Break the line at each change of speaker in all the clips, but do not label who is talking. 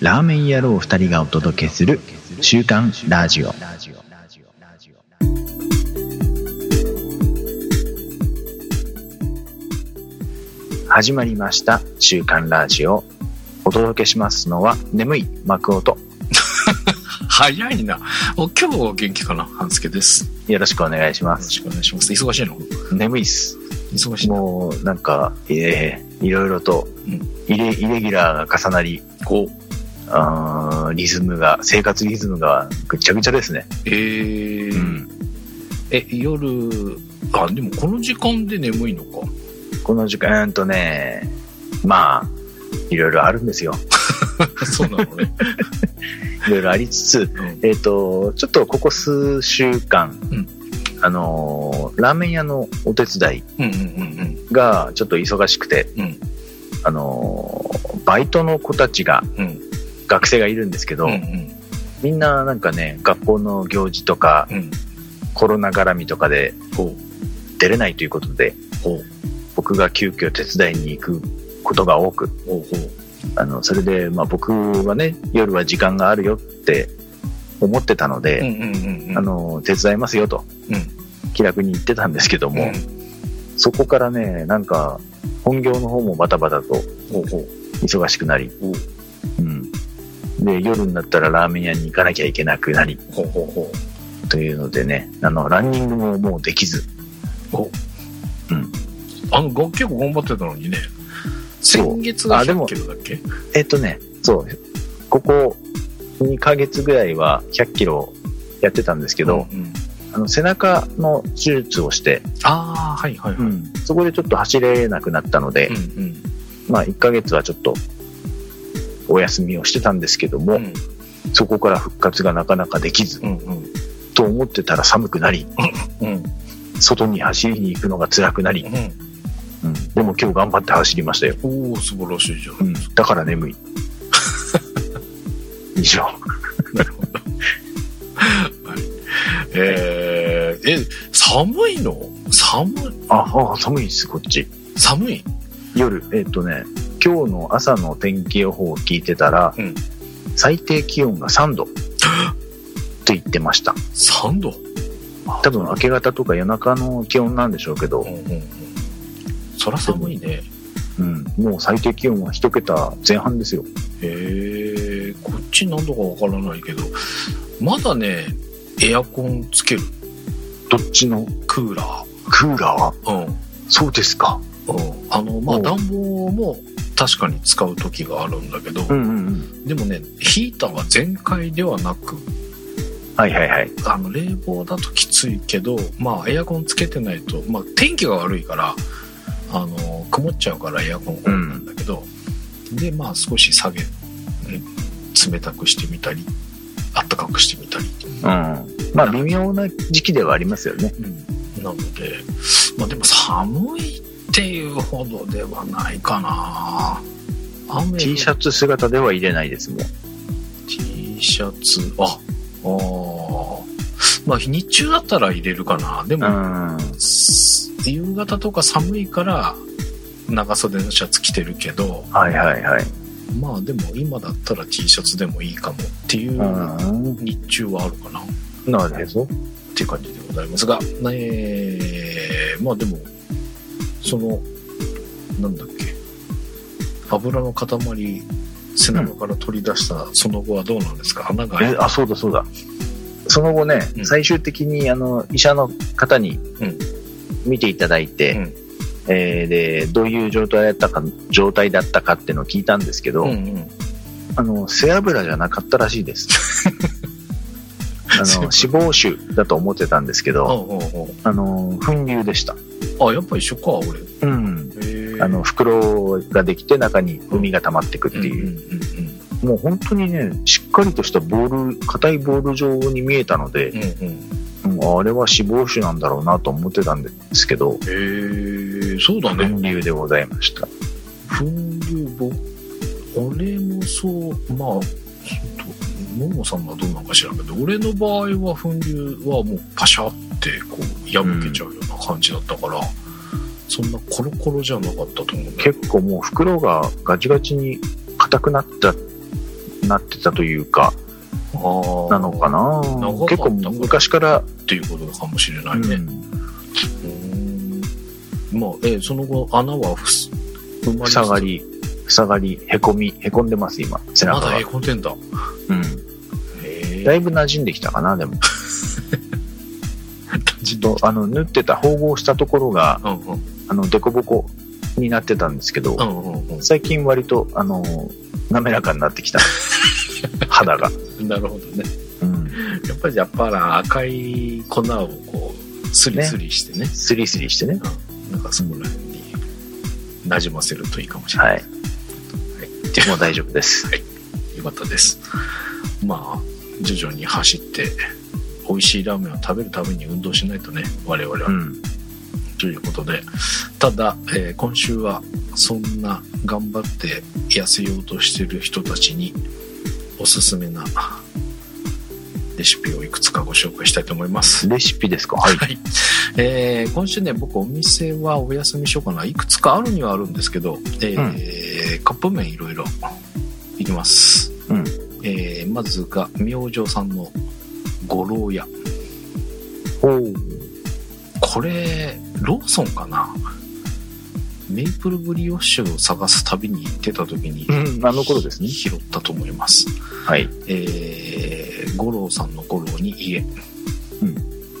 ラーメン野郎2人がお届けする「週刊ラジオ」始まりました「週刊ラジオ」お届けしますのは眠い幕音
早いな。お今日は元気かな半助です。よ
よろしくお願いしま
ろ
す
しくお願いします。忙しいの
眠いっす
忙しいの
もうなんか、えーいろいろと
うん
イレイレギュラーが重なり
こう。
あーリズムが生活リズムがぐっちゃぐちゃですね、
えー
うん
え、夜、あ、でもこの時間で眠いのか。
この時間うんとねまあいろいろあるんですよ
そうなのね。
いろいろありつつ
うん
えっ、とちょっとここ数週間、
うん
あのーラーメン屋のお手伝い
うんうん
がちょっと忙しくて、
うん
あのーバイトの子たちが
うんうん。うん
学生がいるんですけど、
うんうん
みんななんかね学校の行事とか
うん。
コロナ絡みとかで
こ
出れないということで
う。こう。
僕が急遽手伝いに行くことが多く
ほうほう。
あのそれで、まあ、僕はね夜は時間があるよって思ってたの
うん
で、
うんうんうん。
あ、の手伝いますよと
うん。
気楽に言ってたんですけども、
も
そこからねなんか本業の方もバタバタと
うん。ほうほう。
忙しくなり
お、
うん、で夜になったらラーメン屋に行かなきゃいけなくなり
ほうほうほ
というのでねあのランニングももうできず
う。あの、が結構頑張ってたのにね。
そう
先月が
あでも
100キロだっけ
えっとねそうここ2ヶ月ぐらいは100キロやってたんですけ
け
ど、
うんうん
あの背中の手術をして、
ああ、はいはいはい。
そこでちょっと走れなくなったので、
うんうん。
まあ1ヶ月はちょっとお休みをしてたんですけども、
うん
そこから復活がなかなかできず
うんうん。
と思ってたら寒くなり、
うん
外に走りに行くのが辛くなり、
うん。
でも今日頑張って走りましたよ。
おお素晴らしいじゃ
う
ない
ん
ですか、
だから 眠い。以上。
えー、え寒いの寒い
ああ、寒いです、こっち。
寒い
夜、えっ、とね、今日の朝の天気予報を聞いてたら、
うん
最低気温が3度と言ってました。
3度、
多分明け方とか夜中の気温なんでしょうけど
う、んうんうん、そら寒いね
うん、もう最低気温は一桁前半ですよ。
えー、こっち何度かわからないけどまだねエアコンつける
どっちの
クーラ
クーラーは
ーうん
そうですか。
うん、あのま
お
あ
う
暖房も確かに使う時があるんだけど、
うんうんうん。
でもねヒーターは全開ではなく
はいはいはい。
あの冷房だときついけど、まあ、エアコンつけてないと、まあ、天気が悪いからあの曇っちゃうからエアコンオンなんだけど、でまあ少し下げ冷たくしてみたりあったかくしてみたり、
うん。まあ微妙な時期ではありますよね。
なので、まあ、でも寒いっていうほどではないかな雨
T シャツ姿では入れないですもん。
T シャツああーまあ日中だったら入れるかなでも、
うん。
夕方とか寒いから長袖のシャツ着てるけど
はいはいはい。
まあでも今だったら T シャツでもいいかもっていう
うん。
日中はあるかなっ
なるほど。
ていう感じでございますがえー、まあでもそのなんだっけ油の塊背中から取り出したその後はどうなんですか穴が開い
え、あ、そうだそうだ。その後ね、
うん
最終的にあの医者の方に
うん
見ていただいて、
うん
えーで、どういう状態だったか、状態だったかっていうのを聞いたんですけど、
うんうん
あの、背脂じゃなかったらしいです。 あの
背
脂肪臭だと思ってたんですけ
ああ
ど、
あ
あの、粉瘤でした。
ああやっぱ一緒か俺
うん。
へー
あの、袋ができて中に海が溜まってくって
うんうん
いう。
うん
もう本当にね、しっかりとしたボール、硬いボール状に見えたので、
うんうんう
う
ん
んあれは死亡種なんだろうなと思ってたんですけど、
えー、そうだね。
分流でございました。
粉流ぼ、俺もそう、まあ、ちょっと、ももさんがどうなのか知らんけど、俺の場合は粉流はもうパシャってこう破けちゃうような感じだったから、そんなコロコロじゃなかったと思うんだけど。
結構もう袋がガチガチに硬くなったなってたというか、
ああ
なのかな
長か
結
った
構昔から、
っていうことかもしれな
う
いね、
ん、
うんまあえその後穴はふす埋まりつつ
塞がり、塞がり、へこみ、へこんでます、今、背
ま
中
だ
が
へ。こんでんだ
うん。
へ
だいぶ馴染んできたかな、で も。
じ
とあの、縫ってた、縫合したところが、
うんうん
あの、凸凹になってたんですけど、
うんうんう
最近割と、あの、滑らかになってき た。肌が。
んなるほどね
うん。
やっぱりやっぱり赤い粉をこうスリスリしてね
スリスリしてね。
うん、なんかそこら辺に馴染ませるといいかもしれない、
はい。もう大丈夫です。
よかったですまあ徐々に走って美味しいラーメンを食べるために運動しないとね我々は、
うん。
ということでただ、えー今週はそんな頑張って痩せようとしてる人たちにおすすめなレシピをいくつかご紹介したいと思います
レシピですかはい。
はい、えー今週ね僕お店はお休みしようかないくつかあるにはあるんですけど、えーカップ麺いろいろいきます、
うん
えーまずが明星さんの五郎屋
おー
これローソンかなメイプルブリオッシュを探す旅に行ってた時に、
うん、あの頃ですね。
拾ったと思います
はい。
えー、五郎さんの五郎に家。
うん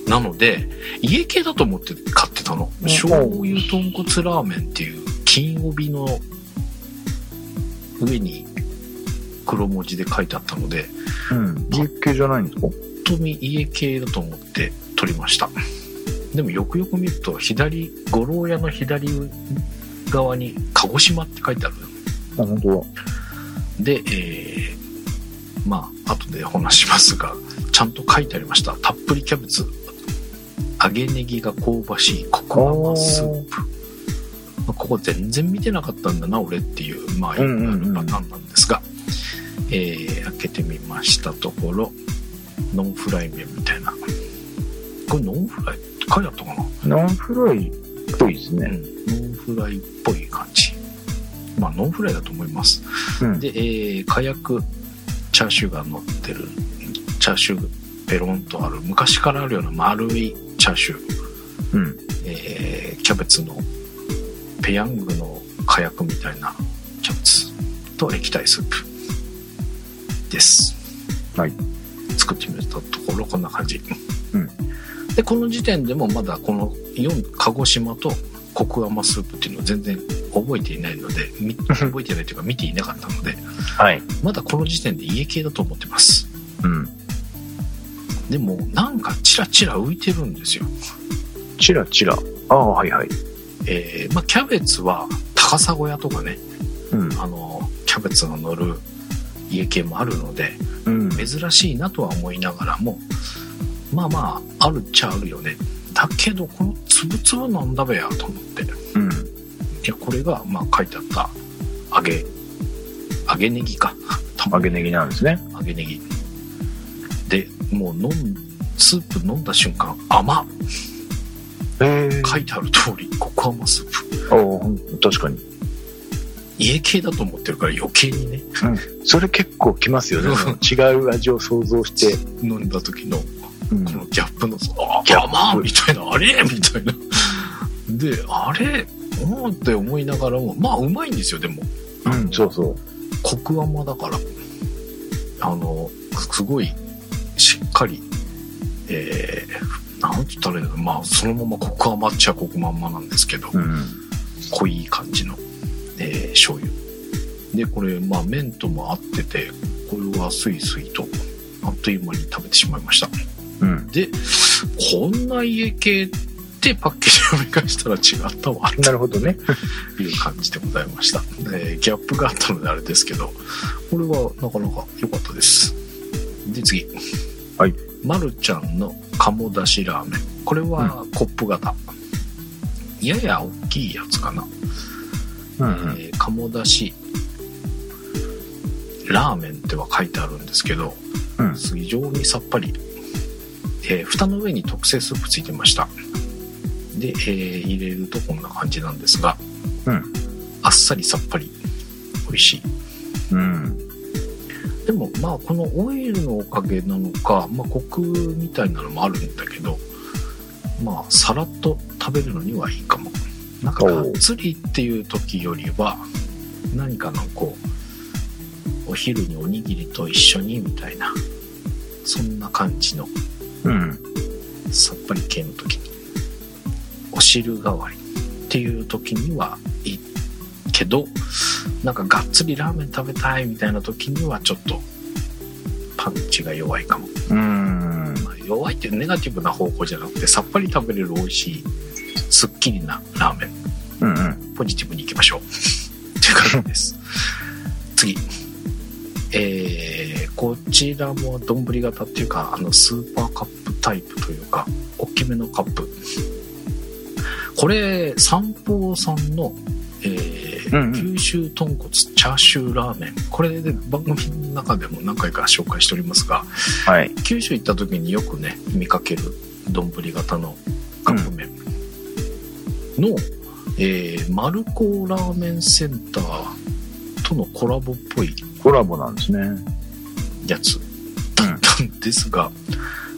なので、家系だと思って買ってたの。
うん
醤油豚骨ラーメンっていう金帯の上に黒文字で書いてあったので、
うん。家系じゃないんですか
本当に家系だと思って取りました。でもよくよく見ると、左、五郎屋の左側に鹿児島って書いてある。
あ、本当は。
で、えー、まあ後でお話しますがちゃんと書いてありましたたっぷりキャベツ揚げネギが香ばしいコク生スープまあここ全然見てなかったんだな俺っていうまあよ
うん
く
う
あ
んう
る
ん
パターンなんですが、えー開けてみましたところノンフライ麺みたいなこれノンフライって書いてあったかな
ノンフライっぽいですね。
うん、ノンフライっぽい感じまあノンフライだと思います
うん。
で、えー、火薬チャーシューが乗ってるチャーシューペロンとある昔からあるような丸いチャーシュー、
うん。
えーキャベツのペヤングの火薬みたいなキャベツと液体スープです
はい
作ってみたところこんな感じ、
うん
でこの時点でもまだこの4鹿児島とコク甘スープっていうのを全然覚えていないので み覚えてないというか見ていなかったので
はい。
まだこの時点で家系だと思ってます。
うん。
でも、なんかチラチラ浮いてるんですよ。
チラチラ。ああ、はいはい。
えー、まあ、キャベツは高砂屋とかね、
うん。
あの、キャベツが乗る家系もあるので、
うん。
珍しいなとは思いながらも、まあまあ、あるっちゃあるよね。だけど、このつぶつぶなんだべやと思って。い
うん。
や、これが、まあ、書いてあった、揚げ、揚げネギか。
揚げネギなんですね。
揚げネギでもう飲んスープ飲んだ瞬間甘
へえ。
書いてある通りコク甘スープ
ああ、ほん確かに。
家系だと思ってるから余計にね
それ結構きますよね。違う味を想像して。
飲んだ時のこ
うん。
のギャップのそのあ
ギャップ
甘っみたいなあれみたいなであれうんって思いながらもまあうまいんですよでも
うん、そうそう。
コク甘だからあのすごいしっかりえー、なんて言ったらいいのまあそのままコク甘っちゃコクまんまなんですけど、
うん。
濃い感じの、えー醤油でこれまあ麺とも合っててこれはスイスイとあっという間に食べてしまいました
うん。
でこんな家系ってパッケージを見返したら違ったわ
なるほどね。
という感じでございました、えーギャップがあったのであれですけどこれはなかなか良かったですで次
はい
まるちゃんの鴨だしラーメンこれはコップ型、やや大きいやつかな
うん
えー鴨だしラーメンっては書いてあるんですけど、
うん
非常にさっぱり、えー蓋の上に特製スープついてましたで、えー入れるとこんな感じなんですが、
うん
あっさりさっぱり美味しい
うん。うん。
でもまあこのオイルのおかげなのか、まあ、コクみたいなのもあるんだけどまあさらっと食べるのにはいいかもなんか
おう
がっつりっていう時よりは何かのこうお昼におにぎりと一緒にみたいなそんな感じの
うん。
さっぱり系の時にお汁代わりっていう時にはいいけどなんかがっつりラーメン食べたいみたいな時にはちょっとパンチが弱いかも、
うん。
まあ弱いってネガティブな方向じゃなくてさっぱり食べれる美味しいすっきりなラーメン
うんうん。
ポジティブにいきましょうっていう 感じです次えー、こちらも丼型っていうかあのスーパーカップタイプというか大きめのカップこれ三宝さんの、えー
うんうん
九州豚骨チャーシューラーメンこれで番組の中でも何回か紹介しておりますが
はい。
九州行った時によくね見かける丼型のカップ麺の、えー、マルコラーメンセンターとのコラボっぽい
コラボなんですね。
やつだったんですが、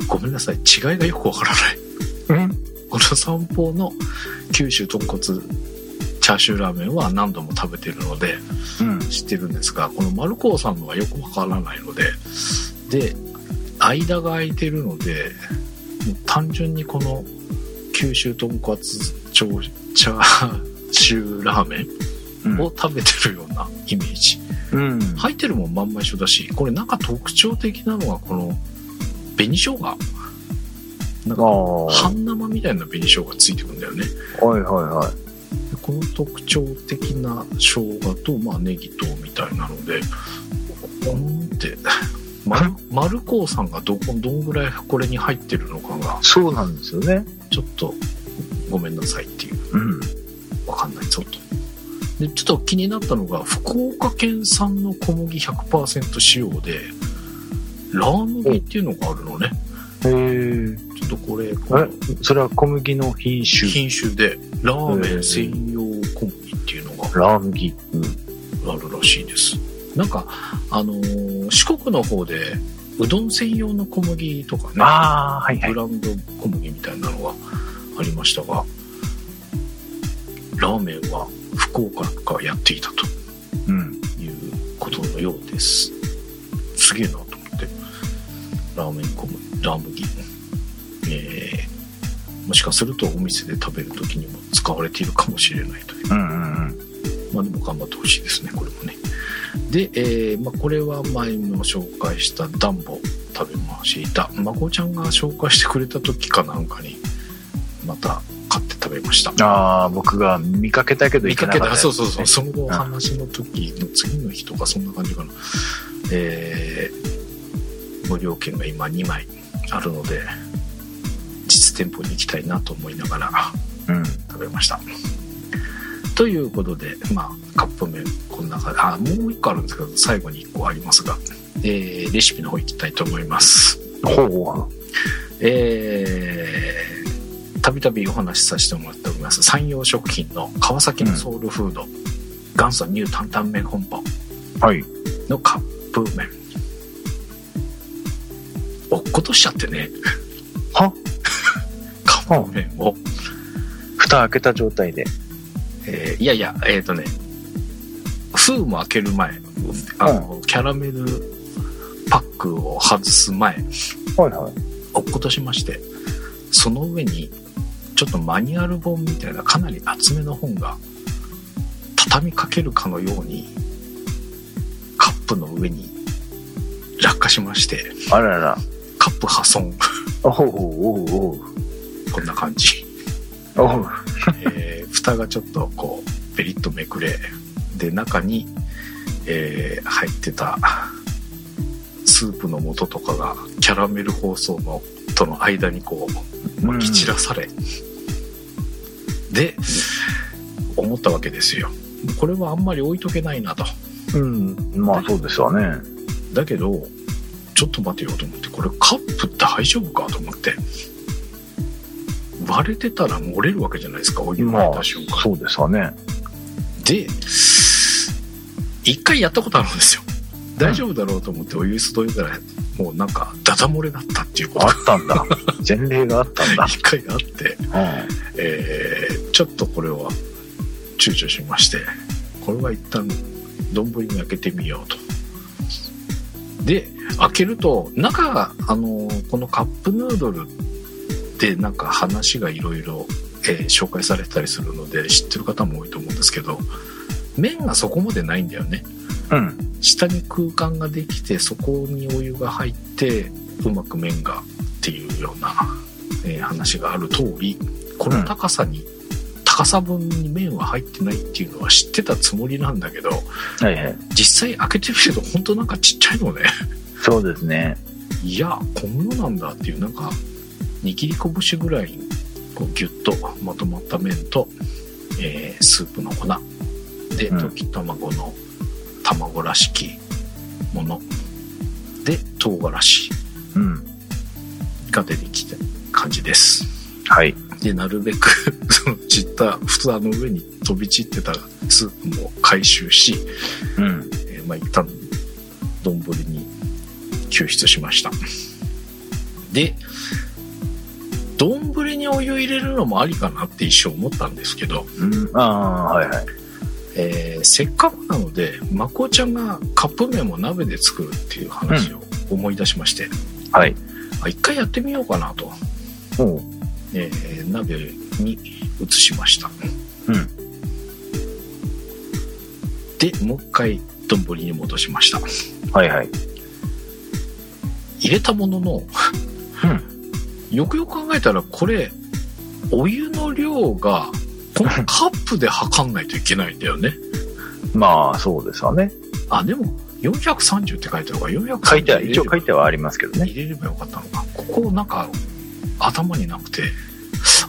ごめんなさい違いがよくわからな
う
い
ん。
この散歩の九州豚骨チャーシューラーメンは何度も食べてるので
うん。
知ってるんですがこの丸子さんのはよくわからないのでで間が空いてるのでもう単純にこの九州豚骨チョチャーシューラーメ
うん
ンを食べてるようなイメージ
うん。
入ってるもんまんま一緒だしこれなんか特徴的なのがこの紅生姜なんか
ああ。
半生みたいな紅生姜ついてくんだよね
はいはいはい。
でこの特徴的な生姜と、まあ、ネギとみたいなのでうん って丸丸子さんがどこどんぐらいこれに入ってるのかが
そうなんですよね。
ちょっとごめんなさいっていう
うん。
わかんないぞと。で、ちょっと気になったのが、福岡県産の小麦100%使用で、ラー麦っていうのがあるのね。
へ
ちょっとこれ、
え。それは小麦の品種。
品種で、ラーメ
へー
ン専用小麦っていうのが
ラー麦。うん。
あるらしいです。なんか、あのー四国の方で、うどん専用の小麦とかね。
ああ、はいは
ブ
い。
ランド小麦みたいなのがありましたがラーメンは福岡がやっていたと
うん。
いうことのようですすげえなと思ってラーメン小麦ラー麦えーもしかするとお店で食べる時にも使われているかもしれないという
うんうんうん。
まあでも頑張ってほしいですね、これもね。で、えーまあ、これは前も紹介したダンボ食べました。孫ちゃんが紹介してくれた時かなんかに、また買って食べました。
ああ、僕が見かけたけど
見
行け
か
な
け、
かったた。
そうそうそう、
う。
その後お話の時の次の日とかそんな感じかな。えー無料券が今2枚あるので、実店舗に行きたいなと思いながら、
うん。
食べましたということでまあカップ麺こんな感じあもう一個あるんですけど最後に一個ありますが、えーレシピの方いきたいと思います
ほうほ
えーたびたびお話しさせてもらっております山陽食品の川崎のソウルフード、元祖ニュー担々麺本舗
う。はい。
のカップ麺落っことしちゃってね
は
カップ麺を
蓋開けた状態で。
えーいやいや、えっ、とね、封も開ける前、あの、キャラメルパックを外す前、
はいはい。
落っことしまして、その上に、ちょっとマニュアル本みたいなかなり厚めの本が、畳みかけるかのように、カップの上に落下しまして、
あらら。
カップ破損。
おほうほうほう
こんな感じ。
ほう。おほう。
えー蓋がちょっとこうペリッとめくれで中に、えー入ってたスープの素とかがキャラメル包装のとの間にこうまき散らされ、で思ったわけですよこれはあんまり置いとけないなと
うん。まあそうですわね。
だけどちょっと待てよと思ってこれカップ大丈夫かと思って割れてたら漏れるわけじゃないですかお湯を入れ
まあ
た瞬間、
そうですわね。
で、一回やったことあるんですよ。大丈夫だろうと思ってお湯注いだら、もうなんか、ダダ漏れだったっていうこ
あ
と
っ
が
たんだ。前例があったんだ。
一回あって、えーちょっとこれは躊躇しまして、これは一旦、丼に開けてみようと。で、開けると、中が、あのーこのカップヌードルってなんか話がいろいろ、えー紹介されてたりするので、知ってる方も多いと思うんですけど、麺がそこまでないんだよね。
うん。うん。
下に空間ができてそこにお湯が入ってうまく麺がっていうような、えー話がある通りこの高さに、高さ分に麺は入ってないっていうのは知ってたつもりなんだけど
はいはい。
実際開けてみると本当なんかちっちゃいのね
そうですね。
いやこんななんだっていうなんか握り拳ぐらいこうギュッとまとまった麺と、えースープの粉で
うん
溶き卵の卵らしきもので唐辛子
うん。
が出てきた感じです
はい。
でなるべく その散った普通あの上に飛び散ってたスープも回収し、
うん。
えーまあ、一旦丼に救出しましたで丼にお湯入れるのもありかなって一瞬思ったんですけど、
うん。ああ、はいはい。
えーせっかくなのでまこちゃんがカップ麺も鍋で作るっていう話を思い出しまして、
はい。
あ一回やってみようかなと、
おう。
えー鍋に移しました
うん。
でもう一回丼に戻しました
はいはい。
入れたものの、よくよく考えたらこれお湯の量がこのカップで測んないといけないんだよね
まあ、そうですわね。
あでも430って書いてあるから430
書いては、一応書いてはありますけどね。
入れればよかったのかここなんか頭になくて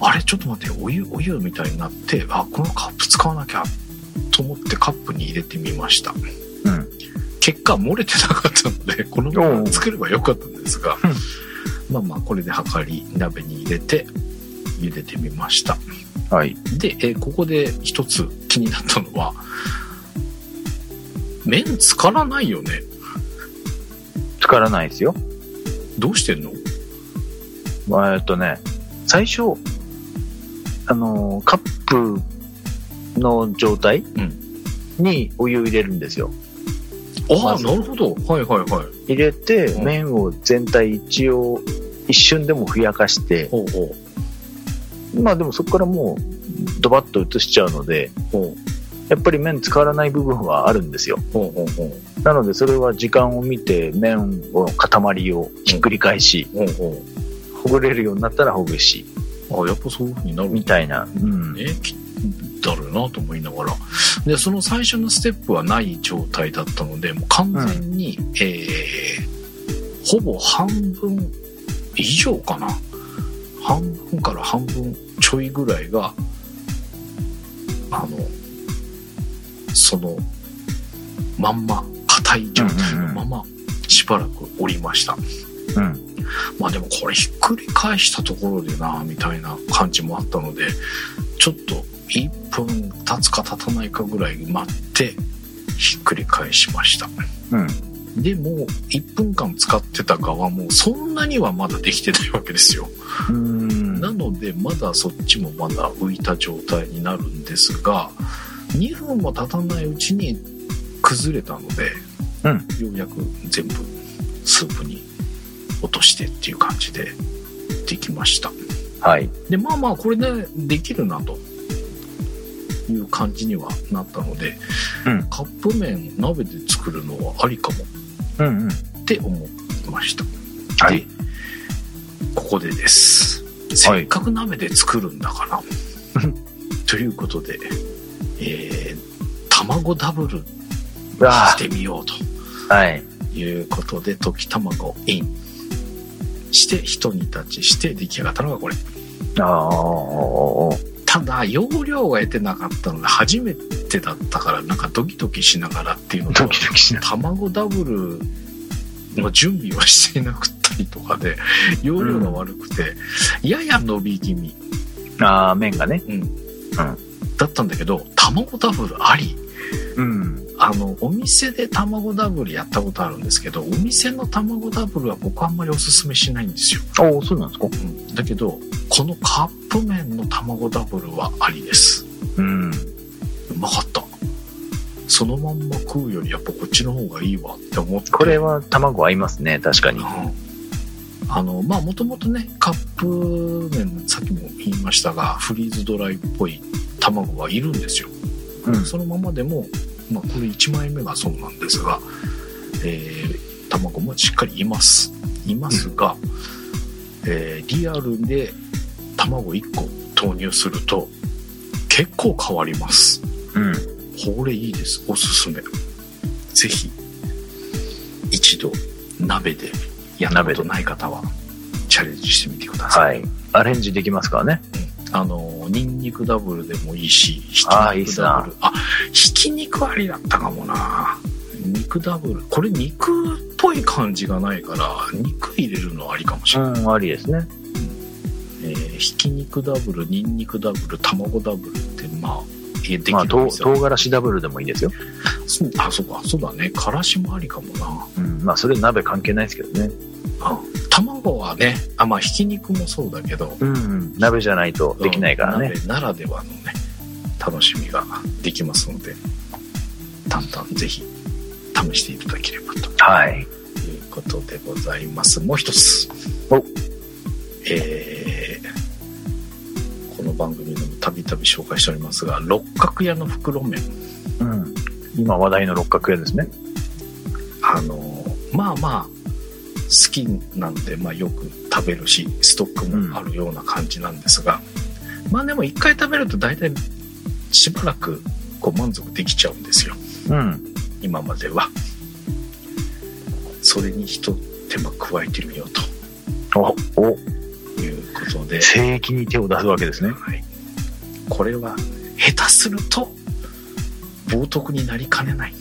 あれちょっと待ってお湯お湯みたいになってあこのカップ使わなきゃと思ってカップに入れてみました
うん。
結果漏れてなかったのでこのまま作ればよかったんですがまあまあこれで測り鍋に入れて茹でてみました
はい。
で、えーここで一つ気になったのは麺つからないよね
つからないですよ。
どうしてんの
まあえっとね、最初、あのーカップの状態
ん
にお湯を入れるんですよ。
あ
ま
あ
ず
なるほどはいはいはい
入れて、
うん
麺を全体一応、一瞬でもふやかして、
ほうほう
まあでもそこからもう、ドバッと移しちゃうので、
ほう
やっぱり麺使わない部分はあるんですよ。
ほうほうほう
なのでそれは時間を見て、麺の塊をひっくり返し、
ほうほ
ほぐれるようになったらほぐし、
うあやっぱそういう風になるんだ
みたいな。うん。
ねきだろうなと思いながらでその最初のステップはない状態だったのでもう完全に、えーほぼ半分以上かな半分から半分ちょいぐらいがあのそのまんま硬い状態のまましばらくおりました、
うん。
まあでもこれひっくり返したところでなみたいな感じもあったのでちょっと1分経つか経たないかぐらい待ってひっくり返しました
うん。
でも1分間使ってた側もそんなにはまだできてないわけですよ
うん。
なのでまだそっちもまだ浮いた状態になるんですが2分も経たないうちに崩れたので、
うん
ようやく全部スープに落としてっていう感じでできました
はい。
でまあまあこれでできるなという感じにはなったので、
うん
カップ麺鍋で作るのはありかも
うんうん。
って思いました
はい
でここでですせっかく鍋で作るんだから、ということで、えー卵ダブルに
あ
してみようと
あ、はい。
いうことで溶き卵インしてひと煮立ちして出来上がったのがこれ
ああ、
ただ容量が得てなかったので初めてだったからなんかドキドキしながらっていうのと
ドキドキしな
卵ダブルの準備をしていなくったりとかで容量が悪くて、やや伸び気味、
ああ、麺がね。
うんだったんだけど卵ダブルあり
うん。
あのお店で卵ダブルやったことあるんですけどお店の卵ダブルは僕あんまりおすすめしないんですよ、
ああ、そうなんですか
うん、だけどこのカップ麺の卵ダブルはありです
うん。
うまかったそのまんま食うよりやっぱこっちの方がいいわって思って
これは卵合いますね、確かに。
うんあのまあもともとねカップ麺さっきも言いましたがフリーズドライっぽい卵はいるんですよ
うん。
そのままでも、まあ、これ1枚目がそうなんですが、えー卵もしっかりいますいますが、えーリアルで卵1個投入すると結構変わります
うん。
これいいですおすすめぜひ一度鍋でやったことない方はチャレンジしてみてくださ、
はいい。アレンジできますからね。
あのニンニクダブルでもいいしひき肉
あ
ダ
ーい
ブ
い
ル
っすな
あひき肉ありだったかもな肉ダブルこれ肉っぽい感じがないから肉入れるのありかもしれない、
うん、ありですね。
えーひき肉ダブルニンニクダブル卵ダブルってまあえーでき
まあ、
るん
とう
ですよ、
唐辛子ダブルでもいいですよ。
そうあそうかそうだねからしもありかもな
うん。まあ、それ鍋関係ないですけどね。
卵はねあまあひき肉もそうだけど
うん、うん。鍋じゃないとできないからね。
鍋ならではのね楽しみができますのでたんたんぜひ試していただければと
はい。
いうことでございますもう一つ
お
えーこの番組でもたびたび紹介しておりますが六角屋の袋麺
うん。今話題の六角屋ですね。
あのまあまあ好きなんで、まあ、よく食べるしストックもあるような感じなんですが、まあでも一回食べると大体しばらくこう満足できちゃうんですよ
うん。
今まではそれにひと手間加えてみようと
お、お、
いうことで、
聖域に手を出すわけですね。
はい、これは下手すると冒涜になりかねない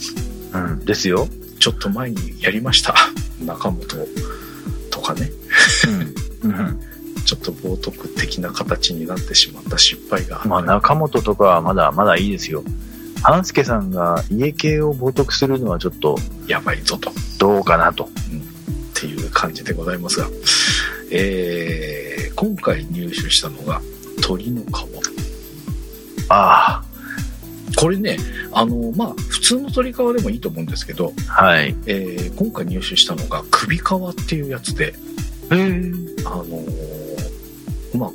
うん。ですよ。
ちょっと前にやりました中本とかね
うん。うん。
ちょっと冒涜的な形になってしまった失敗が、
まあ、中本とかはまだまだいいですよ。半助さんが家系を冒涜するのはちょっと
やばいぞとっ
どうかなと。
ていう感じでございますが、えー今回入手したのが鳥の皮
あ
これねあのまあ普通の鶏皮でもいいと思うんですけど、
あ、はい。
えー今回入手したのが首皮っていうやつ
へ
で
え。
あのーま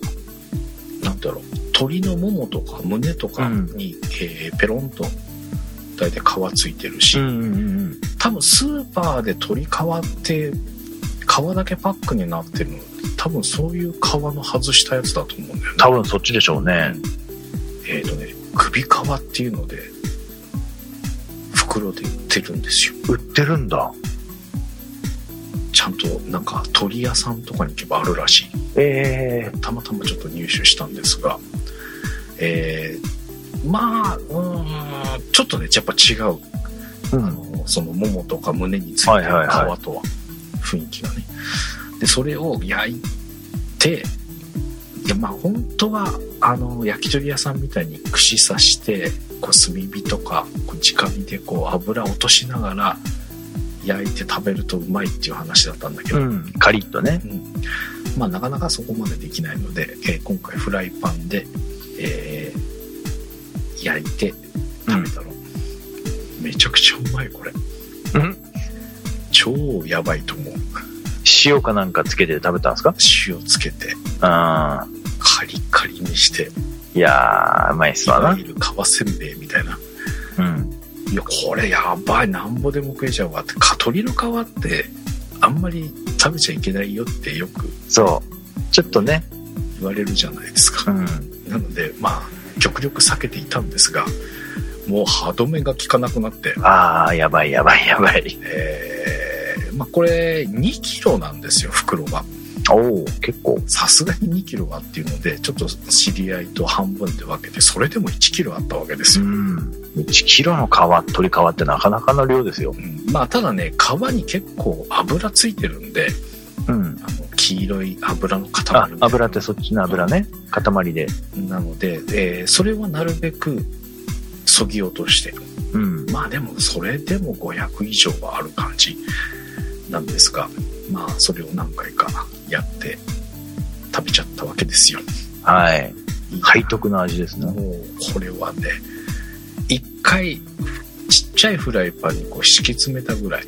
あなんだろう鶏のももとか胸とかに、えーペロンと大体皮ついてるし、
うんうんうん。
多分スーパーで鶏皮って皮だけパックになってるの多分そういう皮の外したやつだと思うんだよね
多分そっちでしょうね。
えっ、とね首皮っていうので袋で売ってるんですよ
売ってるんだ。
ちゃんとなんか鳥屋さんとかに行けばあるらしい
ええ
たまたまちょっと入手したんですがえー、まあうーんちょっとねやっぱ違う
うん
あ。のそのももとか胸につい
は
て
い
る皮
はいはい
とは雰囲気がねでそれを焼いていやまあ本当はあの焼き鳥屋さんみたいに串刺してこう炭火とかこう直火でこう油落としながら焼いて食べるとうまいっていう話だったんだけど、
うん。カリッとね。
まあ、なかなかそこまでできないので、えー今回フライパンで、えー焼いて食べたの、めちゃくちゃうまいこれ
うん。
超やばいと思う
塩かなんかつけて食べたんですか
塩つけて
ああ。
カリカリにして
いやー、うまいっす
い
わ
わ
な。
ゆる皮せんべいみたいな
うん。
いやこれやばいなんぼでも食えちゃうわってか鳥の皮ってあんまり食べちゃいけないよってよく
そう。ちょっとね。
言われるじゃないです
う
か
ん。
なのでまあ極力避けていたんですがもう歯止めが効かなくなって
ああ、やばいやばいやばい。
えーまあこれ2キロなんですよ袋が
おお、結構。
さすがに2キロはっていうのでちょっと知り合いと半分で分けてそれでも1キロあったわけです
う
よ、
ん。1キロの皮、鳥皮ってなかなかの量ですよ。
うんまあただね皮に結構油ついてるんで
うん。
あの黄色い油の塊みたいな
あ、油ってそっちの油ね。塊で。
なので、えーそれはなるべくそぎ落として
うん。
まあでもそれでも500以上はある感じなんですがまあそれを何回かやって食べちゃったわけですよ
はい。背徳の味ですね。
もうこれはね一回ちっちゃいフライパンにこう敷き詰めたぐらい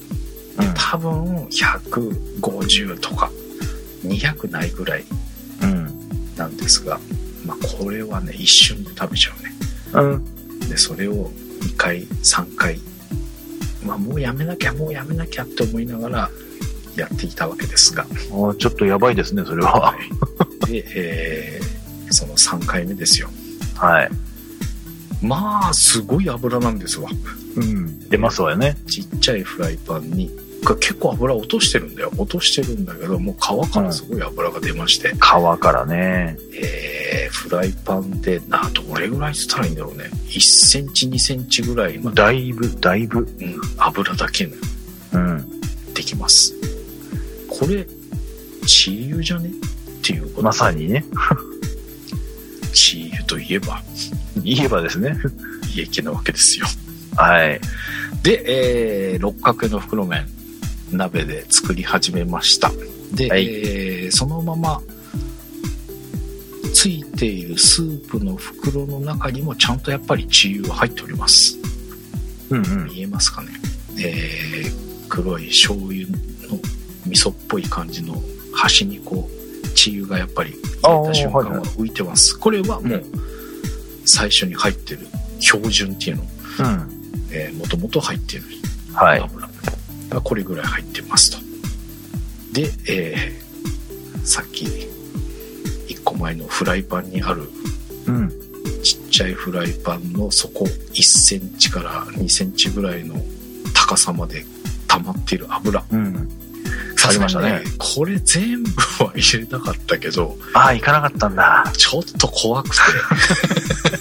多分150とか200ないぐらい
うん。
なんですが、まあ、これはね一瞬で食べちゃうね
うん。
でそれを2回3回、まあ、もうやめなきゃもうやめなきゃって思いながらやっていたわけですが、
ああ、ちょっとやばいですね、それは。
はいで、えーその3回目ですよ
はい。
まあすごい油なんですわ
うん。出ますわよね。
ちっちゃいフライパンにが結構油落としてるんだよ落としてるんだけどもう皮からすごい油が出まして、
皮からね。
えーフライパンでなどれぐらいつったらいいんだろうね1センチ2センチぐらいまで、
だいぶ、だいぶ。
うん、油だけ塗
うん。
ってきますこれチー油じゃねっていうこと
まさにね。
チー油といえば
言えばですね。
家系なわけですよ
はい。
で、えー六角形の袋麺鍋で作り始めましたで、
はい
えーそのままついているスープの袋の中にもちゃんとやっぱりチー油が入っております
うんうん。
見えますかね、えー黒い醤油の味噌っぽい感じの端にこうチー油がやっぱり入れた瞬間
あーはい
は
は
浮いてます、これはもう最初に入ってる標準っていうの
うん。
もともと入ってる
はい。
油がこれぐらい入ってますとで、えーさっき1個前のフライパンにある
うん。
ちっちゃいフライパンの底1センチから2センチぐらいの高さまで溜まっている油。
うん。ありましたね
さすがにこれ全部は入れなかったけど、
ああ、いかなかったんだ。
ちょっと怖くて。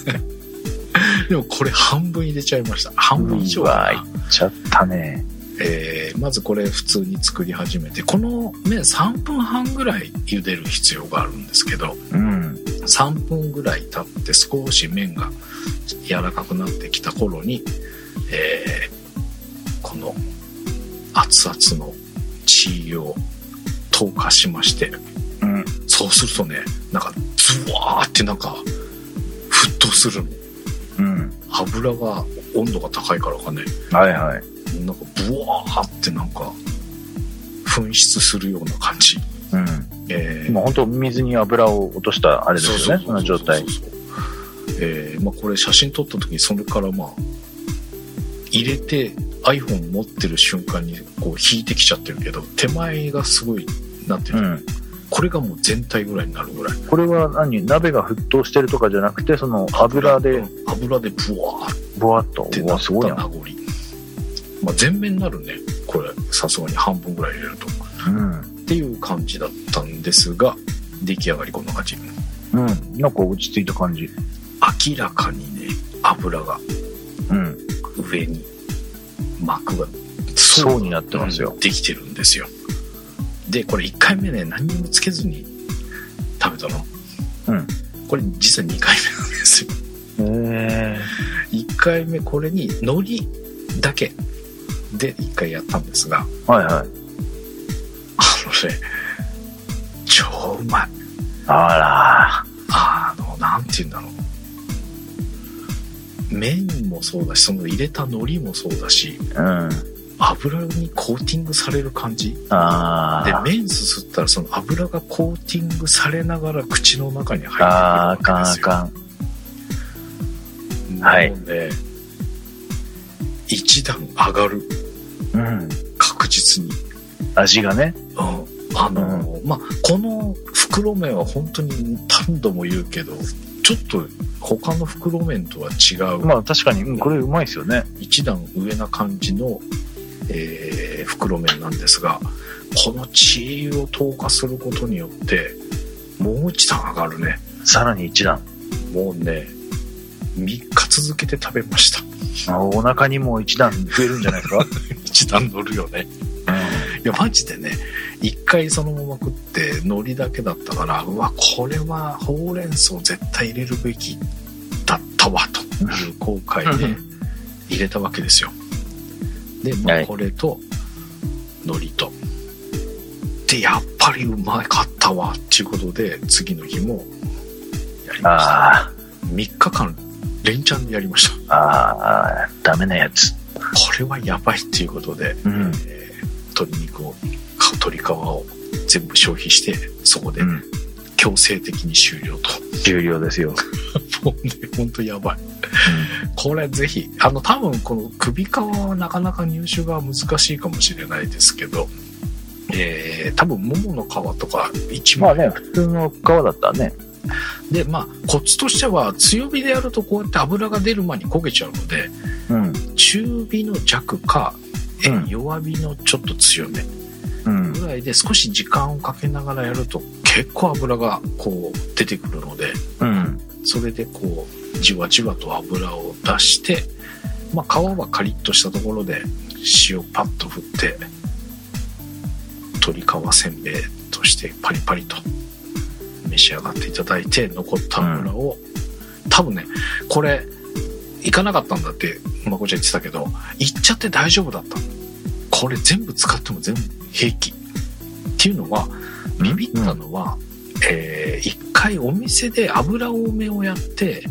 でもこれ半分入れちゃいました。半分以上
う
か
わ、い
な。
っちゃったね。
えーまずこれ普通に作り始めて、この麺3分半ぐらい茹でる必要があるんですけど、
うん。
3分ぐらい経って少し麺が柔らかくなってきた頃に、えーこの熱々のチーを投下しまして
うん。
そうするとねなんかズワーってなんか沸騰するの
うん。
油が温度が高いからかね
はいはい。
なんかブワーってなんか噴出するような感じ、
うん。
えー
今本当水に油を落としたあれですよね、その状態。
そうそうそうえーまあ、これ写真撮った時にそれからまあ入れて iPhone 持ってる瞬間にこう引いてきちゃってるけど手前がすごいなんていう
う
の、
ん。
これがもう全体ぐらいになるぐらい
これは何鍋が沸騰してるとかじゃなくて、その油で
うん油でブワーっ
ぼわっと。
て
う
な
わ、
った
す
名
ごいな。
残、まあ、全面になるねこれさすがに半分ぐらい入れると
うん。
っていう感じだったんですが出来上がりこんな感じ
うん。なんか落ち着いた感じ。
明らかにね油が
うん。
上に膜が
層になってます
う
よ
ん。できてるんですよでこれ1回目ね何にもつけずに食べたの
うん
これ実は2回目なんですよ
へえ。
1回目これに海苔だけで1回やったんですがあ
はいはい。
のね超うまい
あ
あのなんて言うんだろう麺もそうだしその入れた海苔もそうだし
ら。うん。
油にコーティングされる感じ
あ
で
あ。
麺すすったらその油がコーティングされながら口の中に入ってくる
ああ、あ
わけ
かん
で
あ
すよ。
かん。
な
はい
ので、一段上がる
うん。
確実に。
味がね。
うん、あの、まあこの袋麺は本当に何度も言うけどちょっと他の袋麺とは違う、
まあ確かに、うん、これうまいですよね。
一段上な感じの、えー袋麺なんですがこの血を投下することによってもう一段上がるね。
さらに一段。
もうね、3日続けて食べました。
あお腹にも一段増えるんじゃない ですか。
一段乗るよね。いや、マジでね、一回そのまま食って、海苔だけだったから、うわ、これはほうれん草絶対入れるべきだったわ、という後悔で、入れたわけですよで、ま
は
あ、
い
これと海苔とでやっぱりうまかったわっていうことで次の日もやりました
あ
3日間連チャンでやりました
あ、ああ、ダメなやつ。
これはやばいっていうことで、
うん。
えー鶏肉をか鶏皮を全部消費してそこで
うん。
強制的に終了と、
終了ですよ。
もうねほんとやばいこれぜひあの多分この首皮はなかなか入手が難しいかもしれないですけどえー、多分桃の皮とか一
まあ
枚、
ね、普通の皮だったらね。
でまあコツとしては強火でやるとこうやって油が出る前に焦げちゃうので
うん。
中火の弱か、え
うん
弱火のちょっと強め
うん。
ぐらいで少し時間をかけながらやると結構油がこう出てくるので
うん。
それでこうじわじわと油を出して、まあ、皮はカリッとしたところで塩パッと振って鶏皮せんべいとしてパリパリと召し上がっていただいて残った油を、多分ねこれ行かなかったんだってまこちゃん言ってたけど行っちゃって大丈夫だったこれ全部使っても全部平気っていうのはビビったのは、えー一回お店で油多めをやって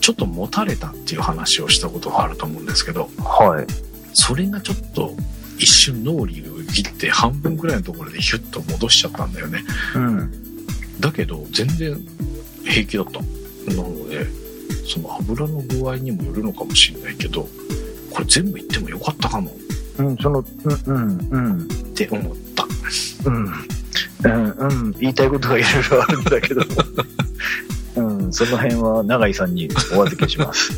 ちょっと持たれたっていう話をしたことがあると思うんですけど
はい。
それがちょっと一瞬脳裏をよぎって半分ぐらいのところでヒュッと戻しちゃったんだよね
うん。
だけど全然平気だったなのでその油の具合にもよるのかもしれないけどこれ全部いってもよかったかもっ
うん、その、うん、うん、
て思った
うん。うん、うん、言いたいことがいろいろあるんだ けど。うん、その辺は永井さんにお預けします。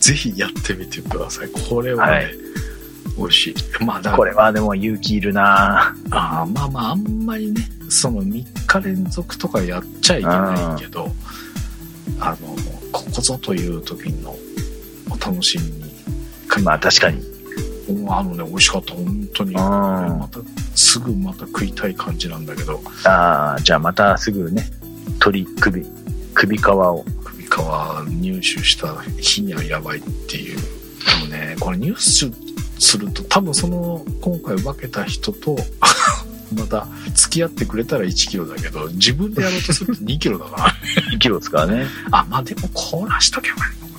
ぜひやってみてくださいこれはね、
はい
美味しいまあだ
これ はでも勇気いるな
あーまあまああんまりねその3日連続とかやっちゃいけないけどあのここぞという時のお楽しみに
まあ確かに。
もうあのね美味しかった本当に
うん
またすぐまた食いたい感じなんだけど
ああ、じゃあまたすぐね、鳥首、首皮を。
首皮入手した日にはやばいっていうでもねこれ入手すると多分その今回分けた人と また付き合ってくれたら1キロだけど自分でやろうとすると2キロだから
生きろ使うね。
あ、まあでも凍らしとけばいいのか。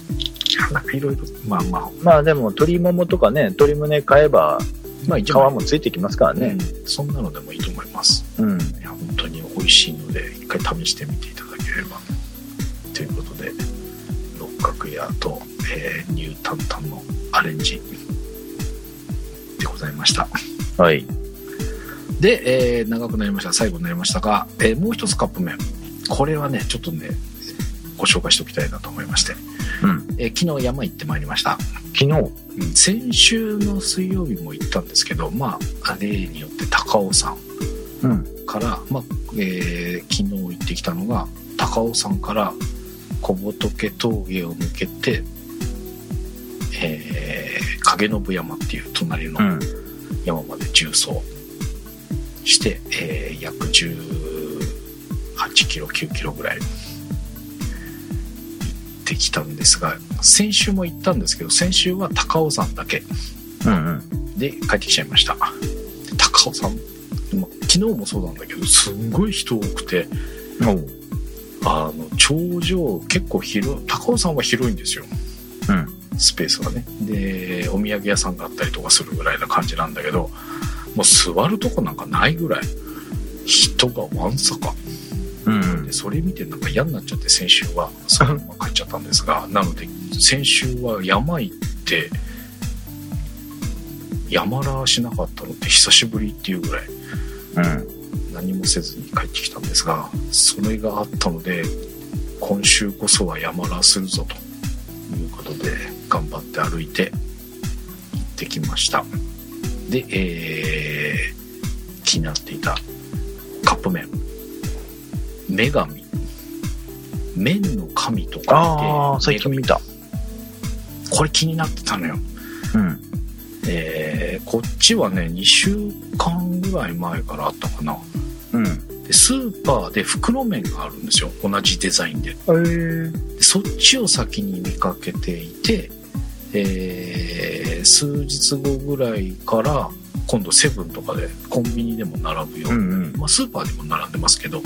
なんかいろいろ、まあまあ、
まあでも鶏ももとかね、鶏胸買えば
まあ
皮
一応
もついてきますから
ね
ね。、
そんなのでもいいと思います。
うん。
いや、本当に美味しいので、一回試してみていただければ。ということで、六角屋と、えー、ニュータンタンのアレンジでございました。
はい。
で、えー長くなりました最後になりましたが、えーもう一つカップ麺これはねちょっとねご紹介しておきたいなと思いまして、
うん
えー昨日山行ってまいりました
昨日。
うん先週の水曜日も行ったんですけどまあ例によって高尾山
うん。
から、まあえー昨日行ってきたのが高尾山から小仏峠を抜けて、えー、影信山っていう隣の
うん。
山まで重走して、えー約18キロ9キロぐらい行ってきたんですが先週も行ったんですけど先週は高尾山だけ
うんうん。
で帰ってきちゃいましたで高尾山ま昨日もそうなんだけどすんごい人多くて
おう
あの頂上結構広い高尾山は広いんですよ
うん。
スペースがねでお土産屋さんがあったりとかするぐらいな感じなんだけどもう座るとこなんかないぐらい人がわんさか
うん
で。それ見てなんか嫌になっちゃって先週はそのまま帰っちゃったんですがなので先週は山行って山らしなかったのって久しぶりっていうぐらい
うん。
何もせずに帰ってきたんですがそれがあったので今週こそは山らするぞということで頑張って歩いて行ってきましたで、えー気になっていたカップ麺女神麺の神と
あ
か
あ、最近見た。
これ気になってたのよ
うん。
えーこっちはね2週間ぐらい前からあったかな
うん。
でスーパーで袋麺があるんですよ同じデザインで
えー。
でそっちを先に見かけていて、えー数日後ぐらいから今度セブンとかでコンビニでも並ぶように
うんうん
まあ、スーパーでも並んでますけど、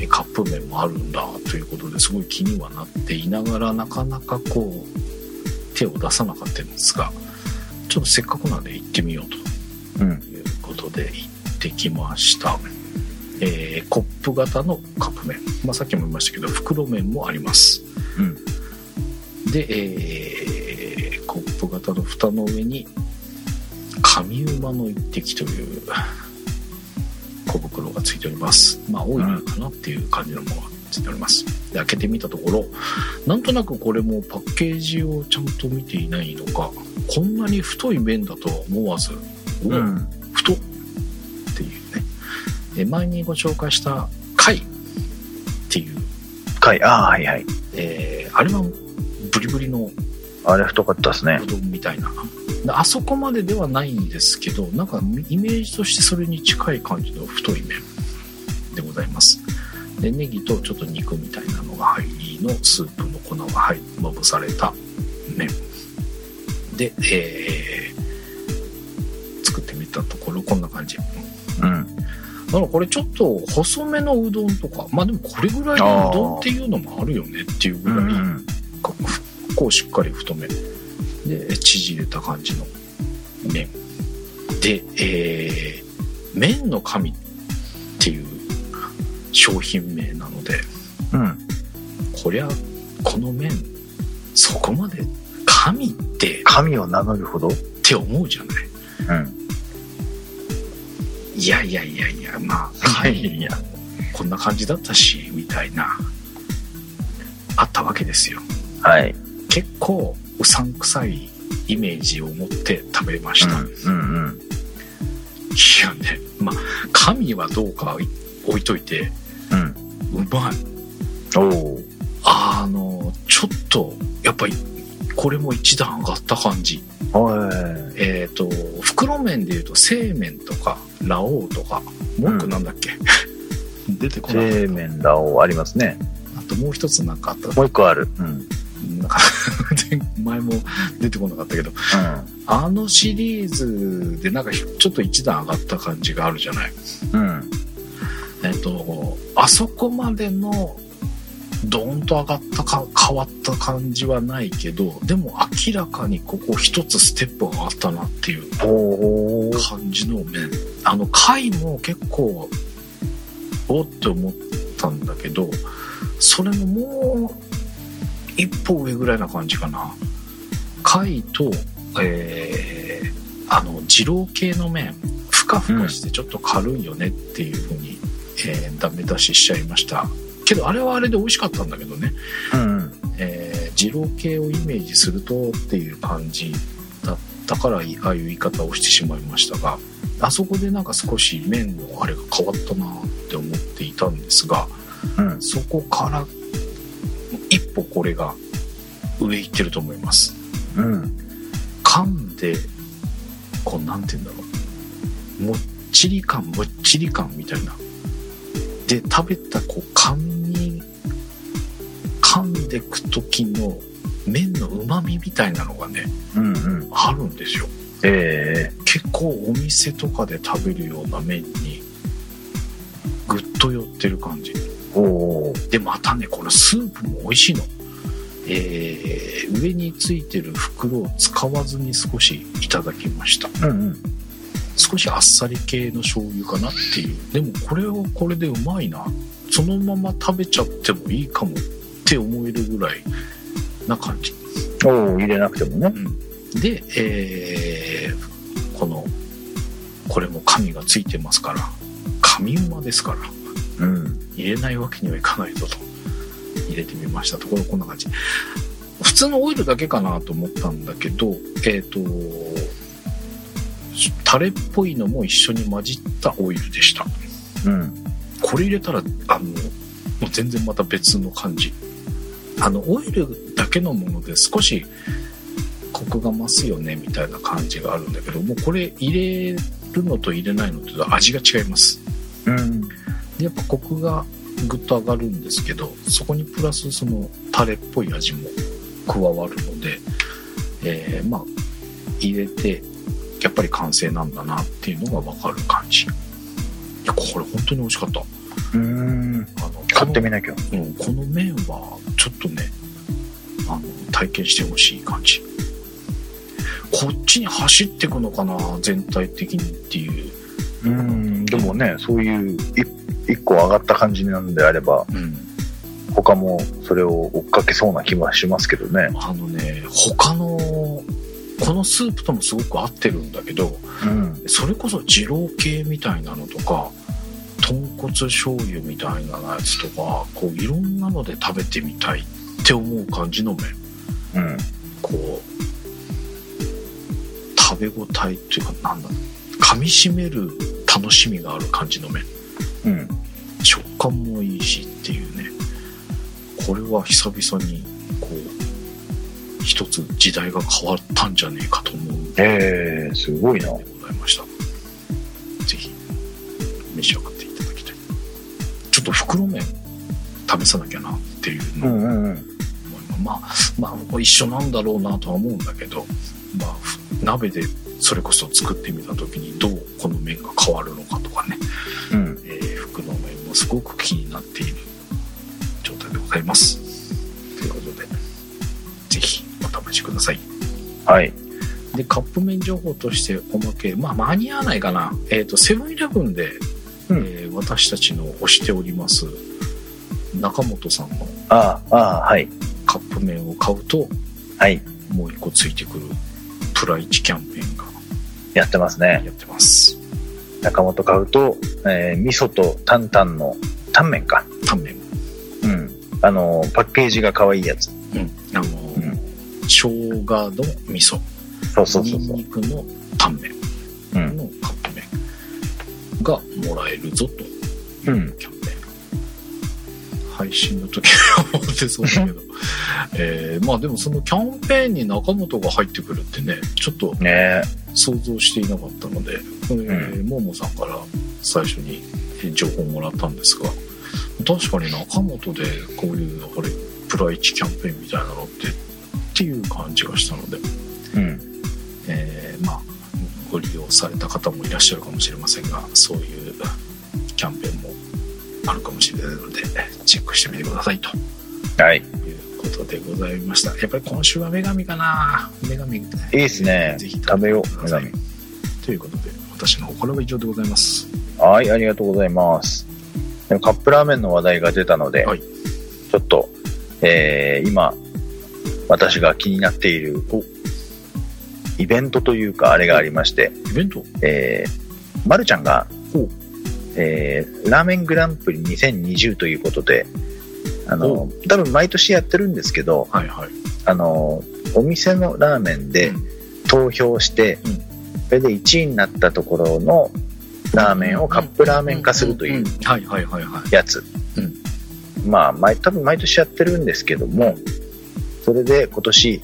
えカップ麺もあるんだということですごい気にはなっていながらなかなかこう手を出さなかったんですがちょっとせっかくなんで行ってみようと
うん
ということで行ってきました、えーコップ型のカップ麺、まあ、さっきも言いましたけど袋麺もあります
うん
で、えーコップ型の蓋の上に上馬の一滴という小袋がついておりますまあオイルかなっていう感じのものがついておりますで開けてみたところなんとなくこれもパッケージをちゃんと見ていないのかこんなに太い麺だとは思わず、う
う
わ
ん
太っっていうねえ前にご紹介した貝っていう、
かいああはいはい
えーあれはブリブリの
あれ太かったですね
うどんみたいなであそこまでではないんですけどなんかイメージとしてそれに近い感じの太い麺でございますでネギとちょっと肉みたいなのが入りのスープの粉が入りまぶされた麺で、えー作ってみたところこんな感じ
うん
だからこれちょっと細めのうどんとかまあでもこれぐらいのうどんっていうのもあるよねっていうぐ
うん
ら
う
い、
ん
こうふこうしっかり太めで縮れた感じの麺で、えー麺の神っていう商品名なので
うん
こりゃこの麺そこまで神って
神を名乗るほど
って思うじゃない
うん
いやいやいやいやまあ
い
神
や
こんな感じだったしみたいなあったわけですよ
はい
結構うさんくさいイメージを持って食べました、
うんうん
いやね、まあ、神はどうかはい置いといて、
うん
うまい。
うんおお
あの、ちょっと、やっぱり、これも一段上がった感じ。
はい
えっ、と、袋麺で言うと、製麺とか、ラオウとか、文句なんだっけ、 出てこない。
製麺だおありますね
あともう一つなんかあった。
もう一個あるうん
なんか前も出てこなかったけど、あのシリーズでなんかちょっと一段上がった感じがあるじゃない
うんうん
えっと、あそこまでのドーンと上がったか変わった感じはないけどでも明らかにここ一つステップがあったなっていう
おお
感じの面あの回も結構おって思ったんだけどそれのもう一歩上ぐらいな感じかな貝とえーあの二郎系の麺ふかふかしてちょっと軽いよねっていうふうに、えーダメ出ししちゃいましたけどあれはあれで美味しかったんだけどね
うん
えー、二郎系をイメージするとっていう感じだったからああいう言い方をしてしまいましたがあそこでなんか少し麺のあれが変わったなって思っていたんですが
うん
そこから一歩これが上行ってると思います
うん
噛んでこうなんて言うんだろうもっちり感もっちり感みたいなで食べたこう噛み噛んでく時の麺のうまみみたいなのがね
うんうん
あるんですよ
え
結構お店とかで食べるような麺にぐっと寄ってる感じ
えおお
でまたねこのスープも美味しいの、えー上についてる袋を使わずに少しいただきました
うんうん
少しあっさり系の醤油かなっていうでもこれをこれでうまいなそのまま食べちゃってもいいかもって思えるぐらいな感じ、
おお入れなくてもね
で、えーこのこれも紙がついてますから紙馬ですから
うん
入れないわけにはいかないぞと入れてみましたところこんな感じ普通のオイルだけかなと思ったんだけどえっ、とタレっぽいのも一緒に混じったオイルでした
うん
これ入れたらあのもう全然また別の感じあのオイルだけのもので少しコクが増すよねみたいな感じがあるんだけどもうこれ入れるのと入れないのと味が違います
うん
でやっぱコクがぐっと上がるんですけどそこにプラスそのタレっぽい味も加わるので、えーまあ入れてやっぱり完成なんだなっていうのが分かる感じいやこれ本当に美味しかった
うん。
あの
買ってみなきゃ。
この,、うん、この麺はちょっとねあの体験してほしい感じこっちに走ってくのかな全体的にっていう、
うん。でもね、そういう一一個上がった感じなんであれば、他もそれを追っかけそうな気はしますけどね。
あのね他のこのスープともすごく合ってるんだけど、
うん。
それこそ二郎系みたいなのとか豚骨醤油みたいなやつとかこういろんなので食べてみたいって思う感じの麺
うん。
こう食べ応えっていうかなんだ噛みしめる楽しみがある感じの麺
うん。
食感もいいしっていうねこれは久々にこう一つ時代が変わったんじゃねえかと思う
えー、すごいな。
でございましたぜひ召し上がっていただきたいちょっと袋麺試さなきゃなっていうのを
んうんうん。
まあまあ一緒なんだろうなとは思うんだけど、まあ、ふ鍋でそれこそ作ってみた時にどうこの麺が変わるのかとかね、
うん。
えー、服の面もすごく気になっている状態でございますということでぜひお試しください
はい。
でカップ麺情報としておまけまあ間に合わないかなえっ、とセブンイレブンで、
うん
えー私たちの推しております中本さんの
ああ、ああ、はい。
カップ麺を買うと
はい。
もう一個ついてくるプライチキャンペーンが
やってますね。
やってます
中本買うと、えー、味噌とタンタンのタンメンか。
タンメン
うん。あの、パッケージが可愛いやつ。
あのー、
うん
生姜の味噌
そうそう
ニ
そう
ン
そう
ニ。クのタンメン
うん。
のカップ麺がもらえるぞと
うん。
キャンペーン配信の時は思ってそうだけど、えーまあでもそのキャンペーンに中本が入ってくるってねちょっと
ね
想像していなかったので、えーももさんから最初に情報をもらったんですが確かに中本でこういうあれプライチキャンペーンみたいなのってっていう感じがしたので、
え。うん。
えーまあご利用された方もいらっしゃるかもしれませんがそういうキャンペーンもあるかもしれないのでチェックしてみてくださいと
はい。
いうことでございましたやっぱり今週は女神かな女神い
いいっすね
ぜひ
食べよう
食べてくださいということで私の心は以上でございます
はい、ありがとうございます。でもカップラーメンの話題が出たので、
はい
ちょっと、えー今、私が気になっているイベントというか、あれがありまして、
イベント
えー、まるちゃんが
ほう、
えーラーメングランプリ2020ということで、あ
お
の、多分毎年やってるんですけど、
はいはい
あの、お店のラーメンで
うん
投票して、
うん
それで1位になったところのラーメンをカップラーメン化するというん
んんはいはいはいはい
やつ、
うん
まあ毎多分毎年やってるんですけどもそれで今年、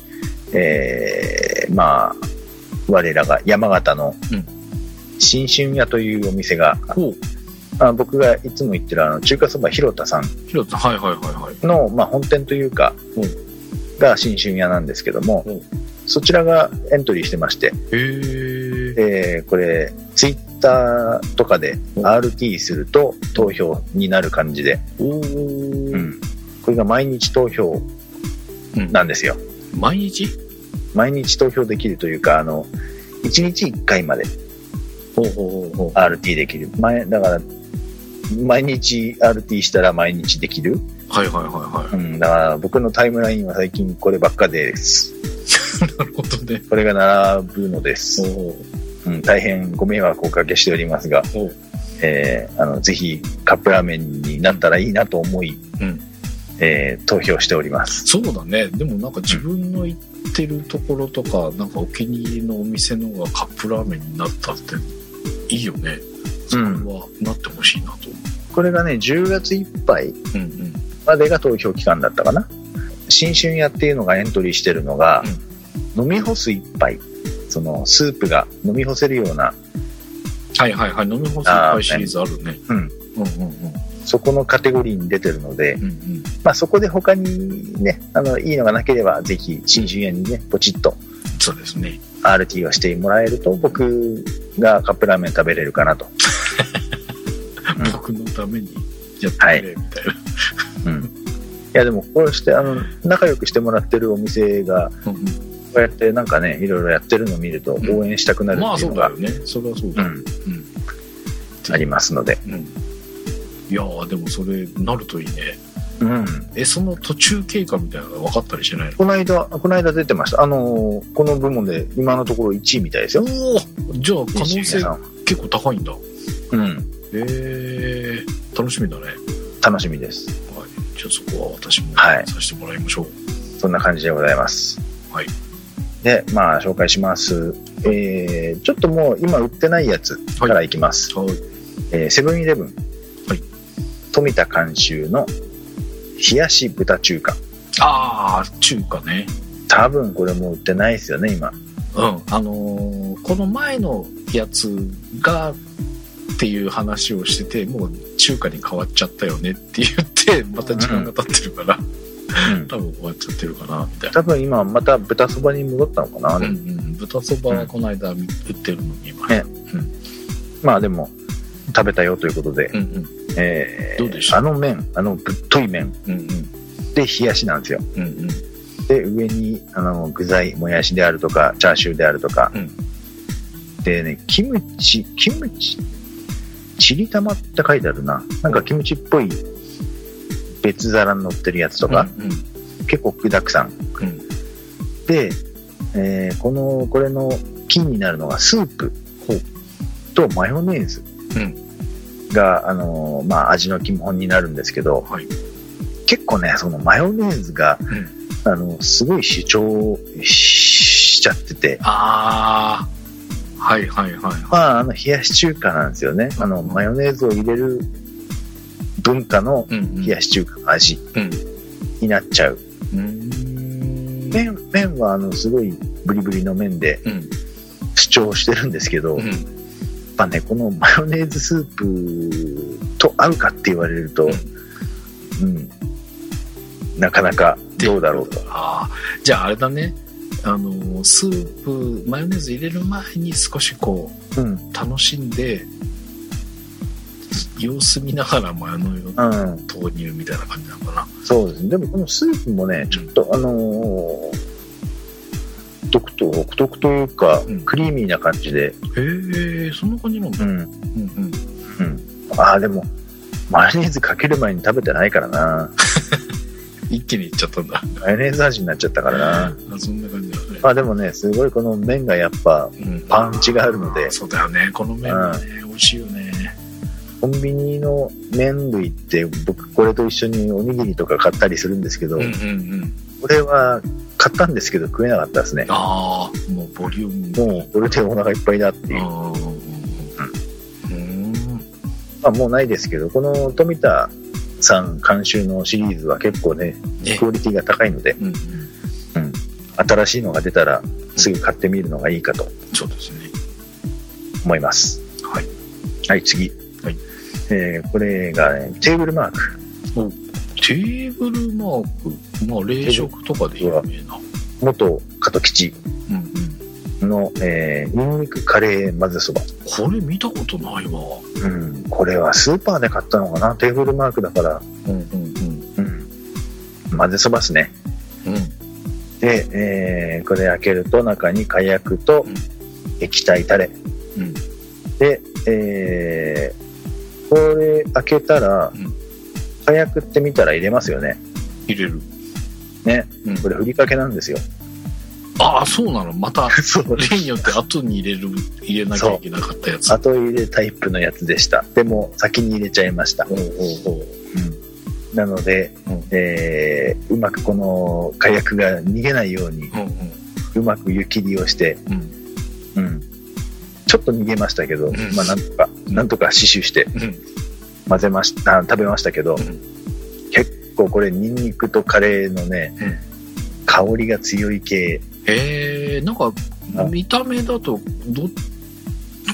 えーまあ我らが山形の
うん
新春屋というお店が、
ほう
あ僕がいつも行ってるあの中華そば広田さん
ひろたはいはいはいはい
の、まあ、本店というか、
う
が新春屋なんですけども、
うん
そちらがエントリーしてまして、
へえ
えーこれツイッターとかで
うん
RT すると投票になる感じで、
おー
うん、これが毎日投票
うん
なんですよ。
毎日
毎日投票できるというか、あの、1日1回まで
ほうほうほうほ
RT できる。前、だから、毎日 RT したら毎日できる。
うはいはいはいは
うん、だから僕のタイムラインは最近こればっかです。
いなるほどね
これが並ぶので
お
す。
お
うん、大変ご迷惑をおかけしておりますが、
おう
えーあの、ぜひカップラーメンになったらいいなと思い、
うん
えー投票しております。
そうだねでもなんか自分の行ってるところとかなんかお気に入りのお店のがカップラーメンになったっていいよねそれはなってほしいなと思、
これがね、10月いっぱいう
うんうん、
までが投票期間だったかな新春屋っていうのがエントリーしてるのが、飲み干す一杯そのスープが飲み干せるような、
はいはいはい飲み干すいっぱいシリーズあるね
うん、
うんうんうん
そこのカテゴリーに出てるので、
うんうん
まあ、そこで他にねあのいいのがなければぜひ新春屋にねポチッと
そうですね。
RT をしてもらえると、僕がカップラーメン食べれるかなと。うん
僕のためにやってくれみたいな。
うん。いや、でも、こうして、あの、仲良くしてもらってるお店が、
うん
こうやってなんかね、いろいろやってるのを見ると、
ん
応援したくなる
ま
っ
あ
てい
そうう
の
だ
が
よ、ね。それはそう
う
だ。
ん、
うん。
ありますので。
うん。いやーでもそれなるといいね。
うん。
え、その途中経過みたいなのが分かったりしないの
この間、この間出てました。あのーこの部門で今のところ1位みたいですよ。
おおじゃあ可能性
さん。
結構高いんだ。
うん。
えー、楽しみだね。はい。
楽しみです。
じゃあそこは私も
はい
させてもらいましょう。
そんな感じでございます。
はい。
で、まあ、紹介します。えー、ちょっともう今売ってないやつからいきます。
はい。
えーセブンイレブン。
はい。
富田監修の冷やし豚中華。
ああ、中華ね。
多分これもう売ってないですよね、今。
うん。あのーこの前のやつが、っていう話をしてて、もう中華に変わっちゃったよねって言って、また時間が経ってるから、
うん。
多分終わっちゃってるかな、みたいな。
多分今また豚そばに戻ったのかな。
うんうん、豚そばはこの間売ってるのに今、
ねまあでも、食べたよということで。
うんうん
えー
どうでした
あの麺、あのぶっとい麺
うん
で冷やしなんですよ。
うんうんうん
で、上にあの具材、もやしであるとか、チャーシューであるとか、
うん
でね、キムチ、キムチ、チリ玉って書いてあるな。なんかキムチっぽい別皿に乗ってるやつとか、
うんうん
結構具だくさん。
うん
で、えーこの、これの金になるのがスープとマヨネーズ
うん
が、あのーまあ、味の基本になるんですけど、
はい
結構ね、そのマヨネーズが、あの、すごい主張しちゃってて、
ああはいはいはいは
まあ、あの、冷やし中華なんですよね。あの、マヨネーズを入れる文化の
い、うんうん、
冷やし中華の味
うん
になっちゃう。
うーん
麺、麺は、あの、すごいブリブリの麺で
うん
主張してるんですけど、
う
やっ
ん
ぱね、このマヨネーズスープと合うかって言われると、うん、なかなかどうだろうと。
ああじゃああれだねあのースープマヨネーズ入れる前に少しこ
うん、
う楽しんで様子見ながらマヨネーズ
うん、
投入みたいな感じなのかな
そうですね。でもこのスープもね、ちょっとあのー独特独特というか、
うん
クリーミーな感じで、
へえそんな感じなんだ、
うん、
うんうん、
ああ、でも、マヨネーズかける前に食べてないからな。
一気にいっちゃったんだ
マヨネーズ味になっちゃったからな。
あそんな感じだね
まあでもね、すごいこの麺がやっぱ
うん
パンチがあるので、
そうだよねこの麺はね、美味しいよね
コンビニの麺類って僕これと一緒におにぎりとか買ったりするんですけど、
うんうんうん
これは買ったんですけど食えなかったですね。
ああもうボリューム
もうこれでお腹いっぱいだっていう。
あーうん
まあもうないですけど、この富田さん監修のシリーズは結構ね、
ね
クオリティが高いので、
うんうん
新しいのが出たらすぐ買ってみるのがいいかと
そうですね
思います。
はい。
はい、次。
はい。
えーこれが、ね、テーブルマーク。
テーブルマークまあ冷食とかで有名な
元加吉
うんうん
の、えー、ニンニクカレー混ぜそば。
これ見たことないわ
うん。これはスーパーで買ったのかなテーブルマークだから。
うんうんうん
うん。混ぜそばですね。
うん
で、えーこれ開けると中に火薬と
うん
液体タレ。
うん
で、えーこれ開けたら
うん、
火薬って見たら入れますよね。
入れる
ね。
うん
これふりかけなんですよ。
ああそうなのまた
そう
例によって後に入れる入れなきゃいけなかったやつ
後入れタイプのやつでした。でも、先に入れちゃいました。
おうおうおう
うんなので、
うん
えーうまくこの火薬が逃げないように、
うん
うまく湯切りをして、
うんうん
うんちょっと逃げましたけど、
ん
まあ、なんとか、
うん
なんとか死守して
うん
混ぜました、あ食べましたけど、
うん
結構これ、ニンニクとカレーのね、
うん
香りが強い系、
えー、なんか
あ
見た目だとど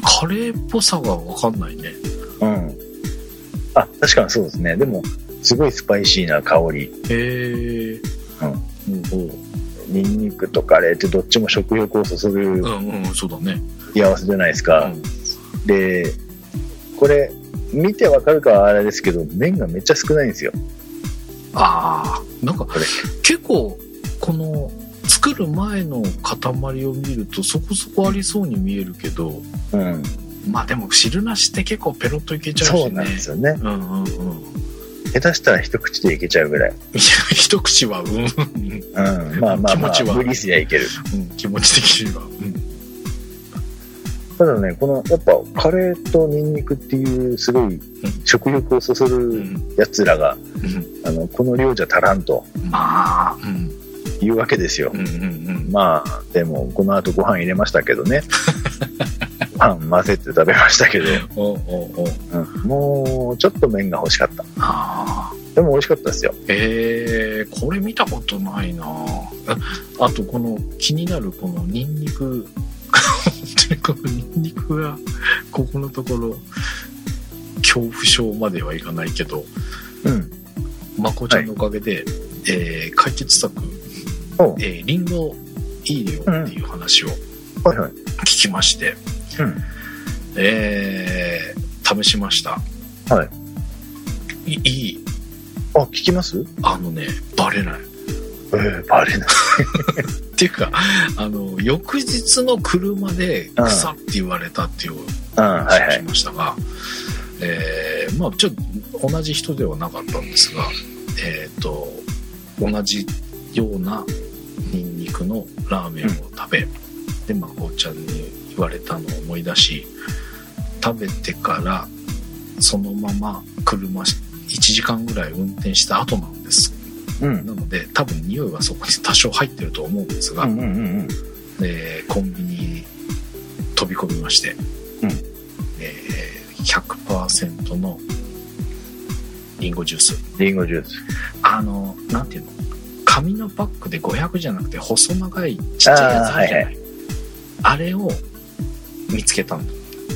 カレーっぽさが分かんないね
うん。あ、確かにそうですね。でも、すごいスパイシーな香り。
えー、うんおう
ニンニクとカレーってどっちも食欲をそそる
うんうんそうだね
付け合わせじゃないです
う
か、
ん
でこれ見てわかるかはあれですけど麺がめっちゃ少ないんですよ
ああなんか
これ
結構この作る前の塊を見るとそこそこありそうに見えるけど
うん
まあでも汁なしって結構ペロッといけちゃうしね
そうなんですよね
うんうんうん
下手したら一口でいけちゃうぐらい、
いや一口はうんうん
うん、まあまあ
気持
ま
ちは
あ無理すりゃいける
うん気持ち的にはうん
ただねこのやっぱカレーとニンニクっていうすごい食欲をそそ
う
る
ん
やつらが、
うん
あのこの量じゃ足らんと
まあうん
いうわけですよ、
うんうんうん
まあでもこの後ご飯入れましたけどねご飯混ぜて食べましたけど、
おうおうおう
うんもうちょっと麺が欲しかった
ああ
でも美味しかったですよ
えー、これ見たことないなああとこの気になるこのニンニク本当にこのニンニクがここのところ恐怖症まではいかないけど
うん
まこちゃんのおかげで、えー解決策
おう
えーリンゴいいよっていう話を
はいはい
聞きまして、
うん
えー試しました
はい
いいい
あ聞きます
あのねバレない
えー、バレない
っていうかあの翌日の車で
うん
草って言われたっていう
うんはい
話を
は
し
い
ましたが、えーまあちょっと同じ人ではなかったんですがえっ、と同じようなニンニクのラーメンを食べ、でまあこうちゃんに言われたのを思い出し食べてからそのまま車1時間ぐらい運転した後なんです
うん
なので多分匂いはそこに多少入ってると思うんですが、
うんうんうんうん
えーコンビニに飛び込みまして、
うん
えー、100%のリンゴジュース
リンゴジュース
あのなんていうの紙のパックで500じゃなくて細長いちっちゃいやつあるじゃない
あ
あ,、
ーは
れを見つけたんだ、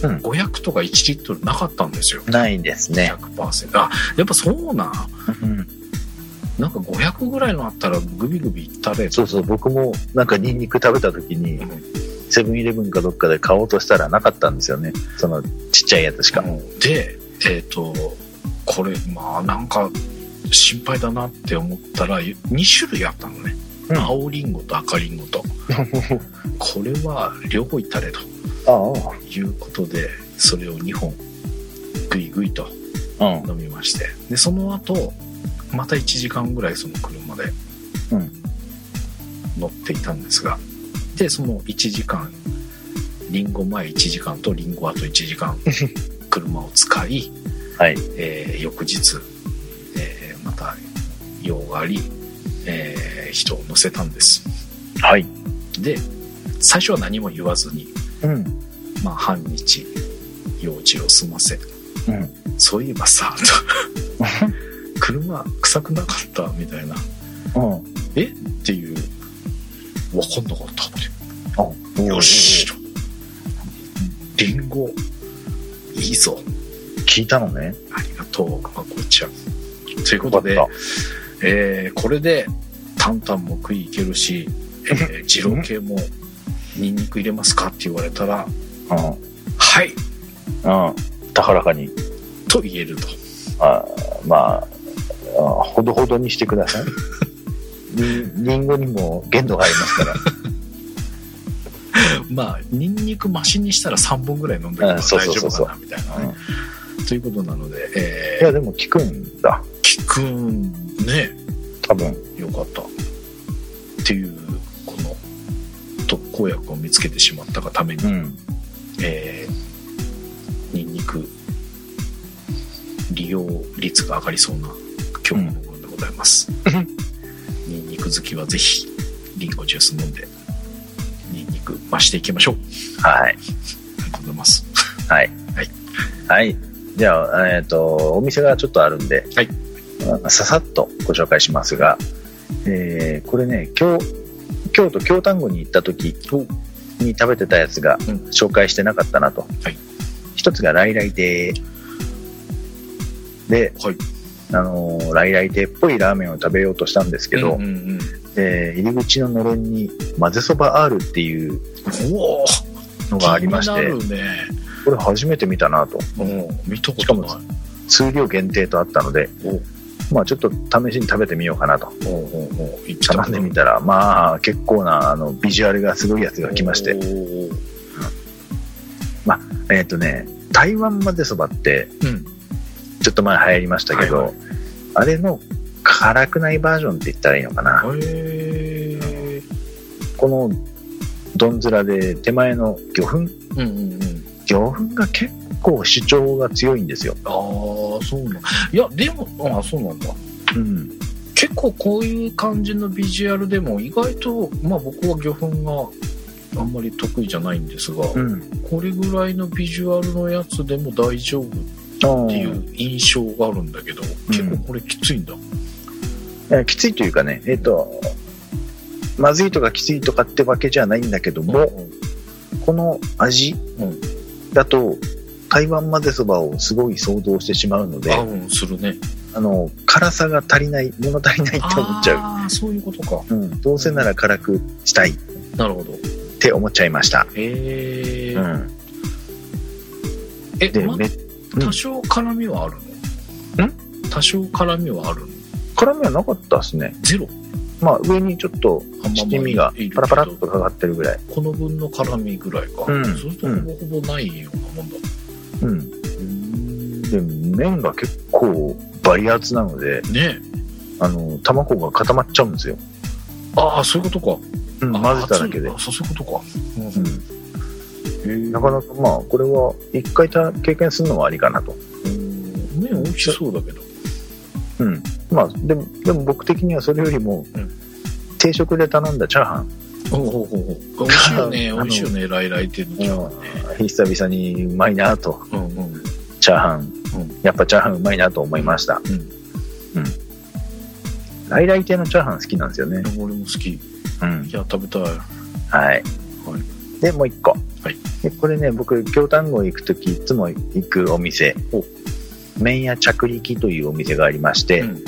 うん
500とか1リットルなかったんですよ
ないんですね、
100%あやっぱそうなん
うん、
なんか500ぐらいのあったらグビグビいったれ
そうそう僕もなんかニンニク食べた時にセブンイレブンかどっかで買おうとしたらなかったんですよねそのちっちゃいやつしか、
でえっ、とこれまあなんか心配だなって思ったら2種類あったのね、
うん
青りんごと赤りん ごとこれは両方いったれと
あ
いうことでそれを2本グイグイと
あうん
飲みましてでその後また1時間ぐらいその車で
うん
乗っていたんですが、でその1時間リンゴ前1時間とリンゴ後1時 間車を使い、
はい
えー翌日、えーまた用があり、えー人を乗せたんです
はい
で最初は何も言わずに、
うん
まあ、半日用事を済ませ
うん
そういえばさ、 と車臭くなかったみたいな、っ
うん
ていう、わかんなかったっ
あ
て。よし。リンゴ、いいぞ。
聞いたのね
ありがとう、まこちゃん。というこ
よか
と
った
で、えーこれで、タンタンも食いいけるし、え ー、二郎系も、ニンニク入れますかって言われたら、
うん
はい
うん高らかに
と言えると。
あーまああーほどほどにしてくだ さいりりんごにも限度がありますから
まあ、ニンニク増しにしたら3本ぐらい飲んだけど
うんそう
大
そう
丈
そう
夫
そう
かな、みたいなね。ということなので、
いや
え
でも聞くんだ
ー、聞くんね、
多分
よかった。っていう、この、特効薬を見つけてしまったがために、
うん
えー、ニンニク、利用率が上がりそうな今日のものでございます。ニンニク好きはぜひ、リンゴジュース飲んで、ニンニク増していきましょう。
はい
ありがとうございます。
はい。
はい。
はい。じゃあ、えっ、と、お店がちょっとあるんで、
はい
あささっとご紹介しますが、えーこれね、京、京都京丹後に行った時に食べてたやつが
うん
紹介してなかったなと。
はい
一つがライライ亭。で、
はい
あのー、来来亭っぽいラーメンを食べようとしたんですけど、
うんうん
えー入り口ののれんに混ぜそば R っていう
うん、おお
のがありまして、
気になるね
これ初めて見たなと、
うん見たこ
しか
と
も
ない
数量限定とあったので、まあちょっと試しに食べてみようかなと。
おおおお行った
頼んでみたら、まあ結構なあのビジュアルがすごいやつが来まして、
おー
えっ、とね、台湾まぜそばって、
うん
ちょっと前流行りましたけど、
はいは
あれの辛くないバージョンって言ったらいいのかな。
へえ
このどんずらで手前の魚粉
うんうんうん
魚粉が結構主張が強いんですよ。
ああそうなんいやでもああそうなんだ
うん。
結構こういう感じのビジュアルでも意外とまあ僕は魚粉があんまり得意じゃないんですが、
うん。
これぐらいのビジュアルのやつでも大丈夫っ
って
いう印象があるんだけど、結構これきついんだ
きついというかね、えっ、と、まずいとかきついとかってわけじゃないんだけども、この味
うん
だと、台湾まぜそばをすごい想像してしまうので、
あ
あ
うんするね
の、辛さが足りない、物足りないって思っちゃう。
ああそういうことか
うん、どうせなら辛くしたいっ
なるほど
て思っちゃいました。
へえ、
うん、
え
で、
ま
めうん
多少辛みはあるの多少辛みはあるの
辛みはなかったですね。
ゼロ
まあ、上にちょっと
あんま
七味が
いるけど
パラパラっとかかってるぐらい。
この分の辛みぐらいか、
うん
そうするとほぼほぼないようなもんだ
うん。で、麺が結構バリアツなので、
ね
あの、卵が固まっちゃうんですよ。
ああそういうことか
うん、
あ
混ぜただけで
熱い。あそういうことか、
うん。なかなかまあ、これは一回た経験するのはありかなと。
うん、麺美味しそうだけど
うん。まあ、でも、でも僕的にはそれよりも
うん、
定食で頼んだチャーハン、
ほうほうほうほう美味しいよ ね
あ
美
の
味しいよね来来亭のチャーハンね
久々にうまいなと。
うんうん
チャーハン、
うん
やっぱチャーハンうまいなと思いましたうん、ライライ系のチャーハン好きなんですよね
でも俺も好きい
うん
や食べたい
はい、でもう一個、
はい
でこれね僕京丹後行く時いつも行くお店
お
麺屋着力というお店がありまして、
うん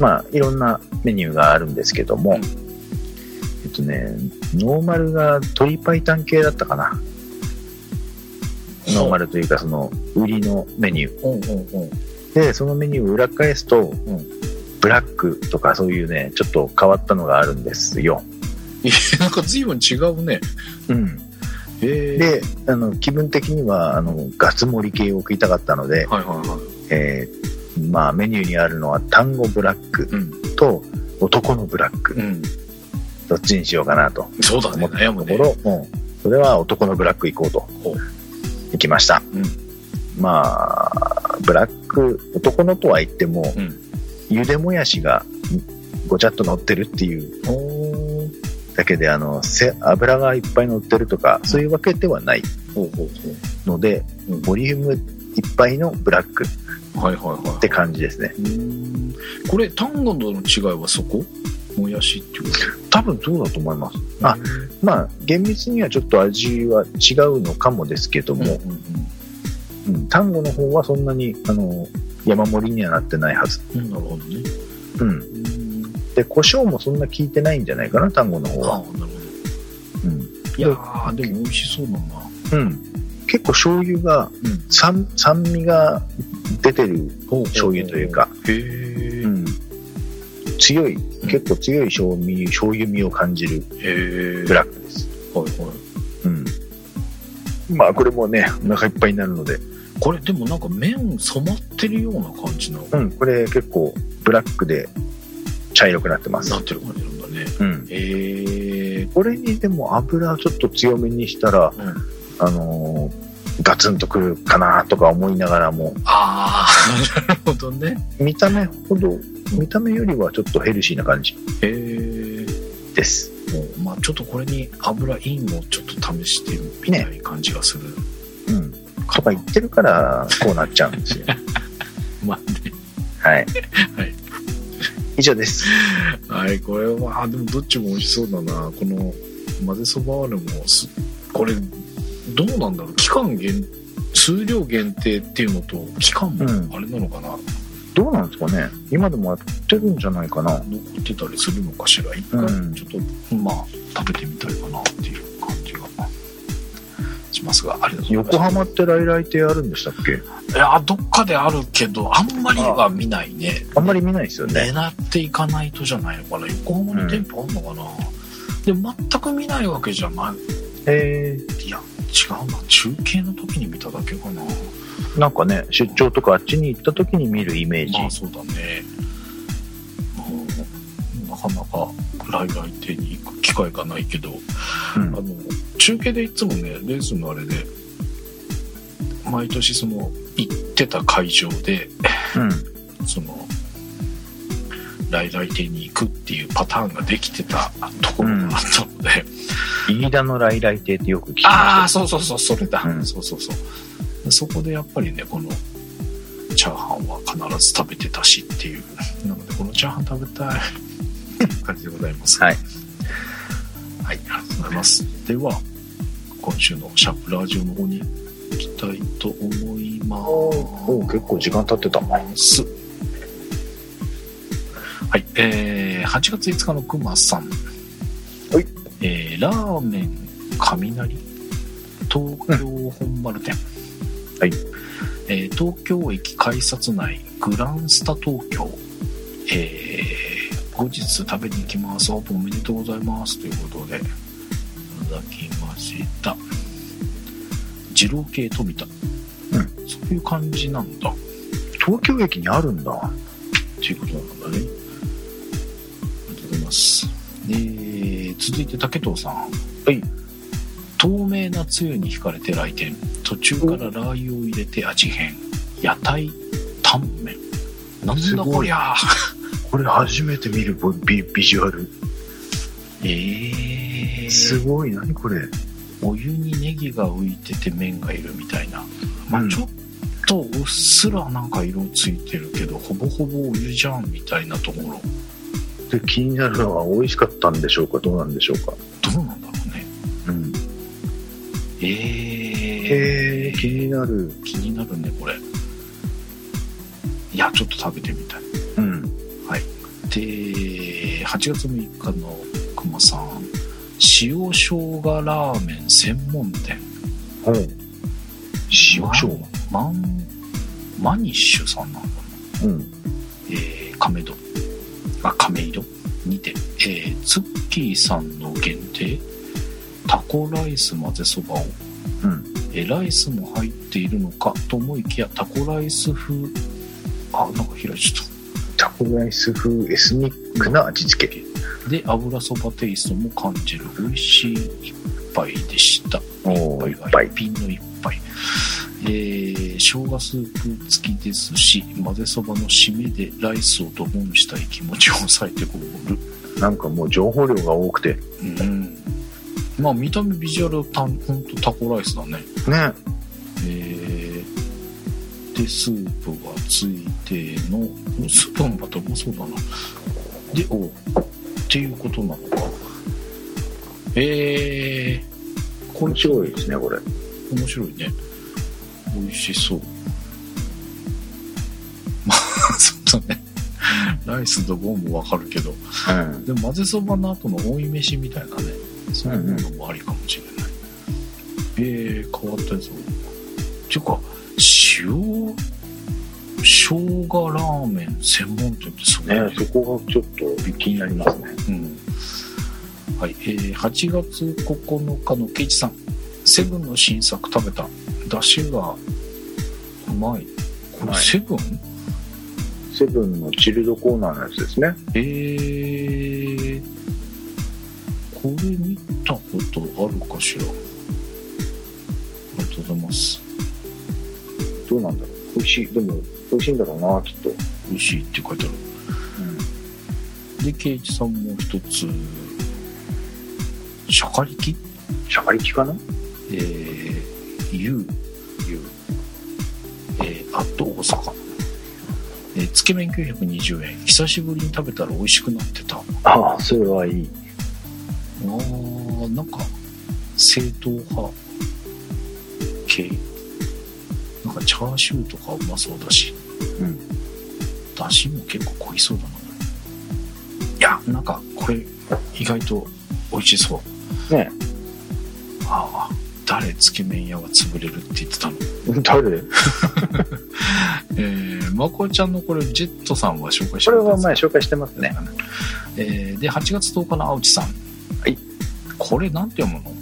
まあいろんなメニューがあるんですけども、
うん
えっとねノーマルが鶏白湯系だったかなノーマルというかその売りのメニュー
うんうんうん
で、そのメニューを裏返すと、
ん
ブラックとかそういうね、ちょっと変わったのがあるんですよ。
いや なんか随分違うね
うん、
へえ
であの、気分的にはあのガツ盛り系を食いたかったので、
はいはいはい
えーまあ、メニューにあるのは単語ブラック
うん
と男のブラック、
うん
どっちにしようかなと
そうだね
思った
悩む
と
ね
ころ、うんそれは男のブラック行こうと
ほう
行きました。
うん
まあ、ブラック、男のとは言っても、
うん
ゆでもやしがごちゃっと乗ってるっていう
おー
だけであのせ油がいっぱい乗ってるとかそういうわけではない
ほうほう
ので、
うん
ボリュームいっぱいのブラックっ
ほうはいはいはい
て感じですね
うーんこれ単語との違いはそこもやしっていうこ
多分そうだと思います
と
あまあ厳密にはちょっと味は違うのかもですけど
も
も、うん、単語の方はそんなにあの山盛りにはなってないはず、
うん、うん、なるほどね
うん、で胡椒もそんな効いてないんじゃないかな単語の方
ああな
は、
るほど
うん
いやーでも美味しそうだな
うん、結構醤油が
うん
酸酸味が出てる醤油というか
へえ、
うん、強い、結構強い醤味醤油味を感じる
へえ
ブラックです。
はいはい
うん。まあ、これもね、お腹いっぱいになるので、
これでもなんか麺染まってるような感じの
うん、これ結構ブラックで茶色くなってます
な。ってる感じなんだね
うん。
へえ
これにでも油ちょっと強めにしたら、
うん
あのーガツンとくるかなとか思いながらも、
ああなるほどね
見た目ほど、見た目よりはちょっとヘルシーな感じ
へえ
です。
もうまあちょっとこれに油インをちょっと試してみたい感じがする、
うん。とか言ってるから、こうなっちゃうん ですよ。
まあね
はい。
はい
以上です。
はい、これは、あでもどっちも美味しそうだな。この、混ぜそばあれもす、これ、どうなんだろう。期間限、数量限定っていうのと、期間も
うん
あれなのかな。
どうなんですかね今でもやってるんじゃないかな。
残ってたりするのかしら一回
うん
ちょっと、まあ食べてみたいかなっていう感じがしますがありがとうござ
横
います
浜って来来亭あるんでしたっけ
いやどっかであるけどあんまりは見ないね
あんまり見ないですよね。
狙っていかないとじゃないのかな横浜に店舗あんのかな、でも全く見ないわけじゃな
え
いいや違うな中継の時に見ただけかな
ー、なんかね、出張とかあっちに行った時に見るイメージ。
まあそうだね、うん、なかなか来来店に行く機会がないけど
うん
あの中継でいつもねレースのあれで毎年その行ってた会場で
うん。
その来来店に行くっていうパターンができてたところがあったので、
飯田の来来亭ってよく聞き
あ
ま
あ
す
そうそうそうそれだ、
うん
そうそうそうそこでやっぱりねこのチャーハンは必ず食べてたしっていうなのでこのチャーハン食べたい感じでございます
はい、
はい、ありがとうございますでは今週のシャープラジオの方に行きたいと思います
おお結構時間経ってた。はい。
す。はい、えー、8月5日のくまさん。
はい。
えー、ラーメン、雷、東京本丸店。
はい。
えー、東京駅改札内、グランスタ東京。えー、後日食べに行きます。オープンおめでとうございます。ということで、いただきました。二郎系富田。
う
そういう感じなんだ。
東京駅にあるんだ。
ということなんだね。ありがとうございます。えー続いて竹藤さん。
はい。
透明なつゆに惹かれて来店。途中からラー油を入れて味変。屋台タンメン。なん
す
だ
ごい
こりゃ。
これ初めて見るボビビジュアル。
えー、
すごい、何これ。
お湯にネギが浮いてて麺がいるみたいな。まあ、
うん
ちょっとうっすらなんか色ついてるけど、ほぼほぼお湯じゃんみたいなところ。
で気になるのは美味しかったんでしょうかどうなんでしょうか。
どうなんだろうね。
うん。
え
へえ
ー、
気になる。
気になるねこれいやちょっと食べてみたい
うん。
で8月6日の熊さん塩生姜ラーメン専門店
ほう。塩生姜。
マンマニッシュさんなのかな
うん。
えー、亀戸あ亀戸にて、えー、ツッキーさんの限定タコライス混ぜそばを
うん。
えーライスも入っているのかと思いきやタコライス風あなんか開いちゃった
タコライス風エスニックな味付け。
で油そばテイストも感じる美味しい一杯でした
おー
一
い
杯
っ
が
ぱ
一
い。
品の一杯えー、生姜スープ付きですし混ぜそばの締めでライスをドボンしたい気持ちを抑えてこぼる
なんかもう情報量が多くて。
うんまあ見た目ビジュアルはたんほんとタコライスだね
ね。
えーでスープがついてのスープもまたうまそうだなでおっていうことなのかえー、こ
面白いですね、これ。
面白いね美味しそう まあちょっとねライスとボンもわかるけど
うん。
でも混ぜそばの後の追い飯みたいなねそういうのもありかもしれない、えー、変わったやつをていうか塩生姜ラーメン専門店ってすごい
ねそこがちょっと気になりますね。
うんはいえー、8月9日のケイチさんセブンの新作食べた出汁がうまいこ
うま
れ
い
セブン、
セブンのチルドコーナーのやつですね。
えー、これ見たことあるかしらありがとうございます
どうなんだろう。美味しい。でも、美味しいんだろうな、きっと。
美味しいって書いてあるでケイチさんも一つシャカリキ
シャカリキかな
えー、ゆう、ゆう、えー、あと大阪。えー、つけ麺920円。久しぶりに食べたら美味しくなってた。あ
ああ、それはいい。
ー、なんか、正統派系。なんかチャーシューとかうまそうだし。
うん
出汁も結構濃いそうだな。いや、なんか、これ、意外と美味しそう。
ね
ああ、誰、つけ麺屋は潰れるって言ってたの。
誰
えー、まこちゃんのこれ、ジェットさんは紹介し
こ
て
れ
も
は
らったん
前
ですか
紹介してますね。
えーで、8月10日の青地さん。
い
これ、なんて読むの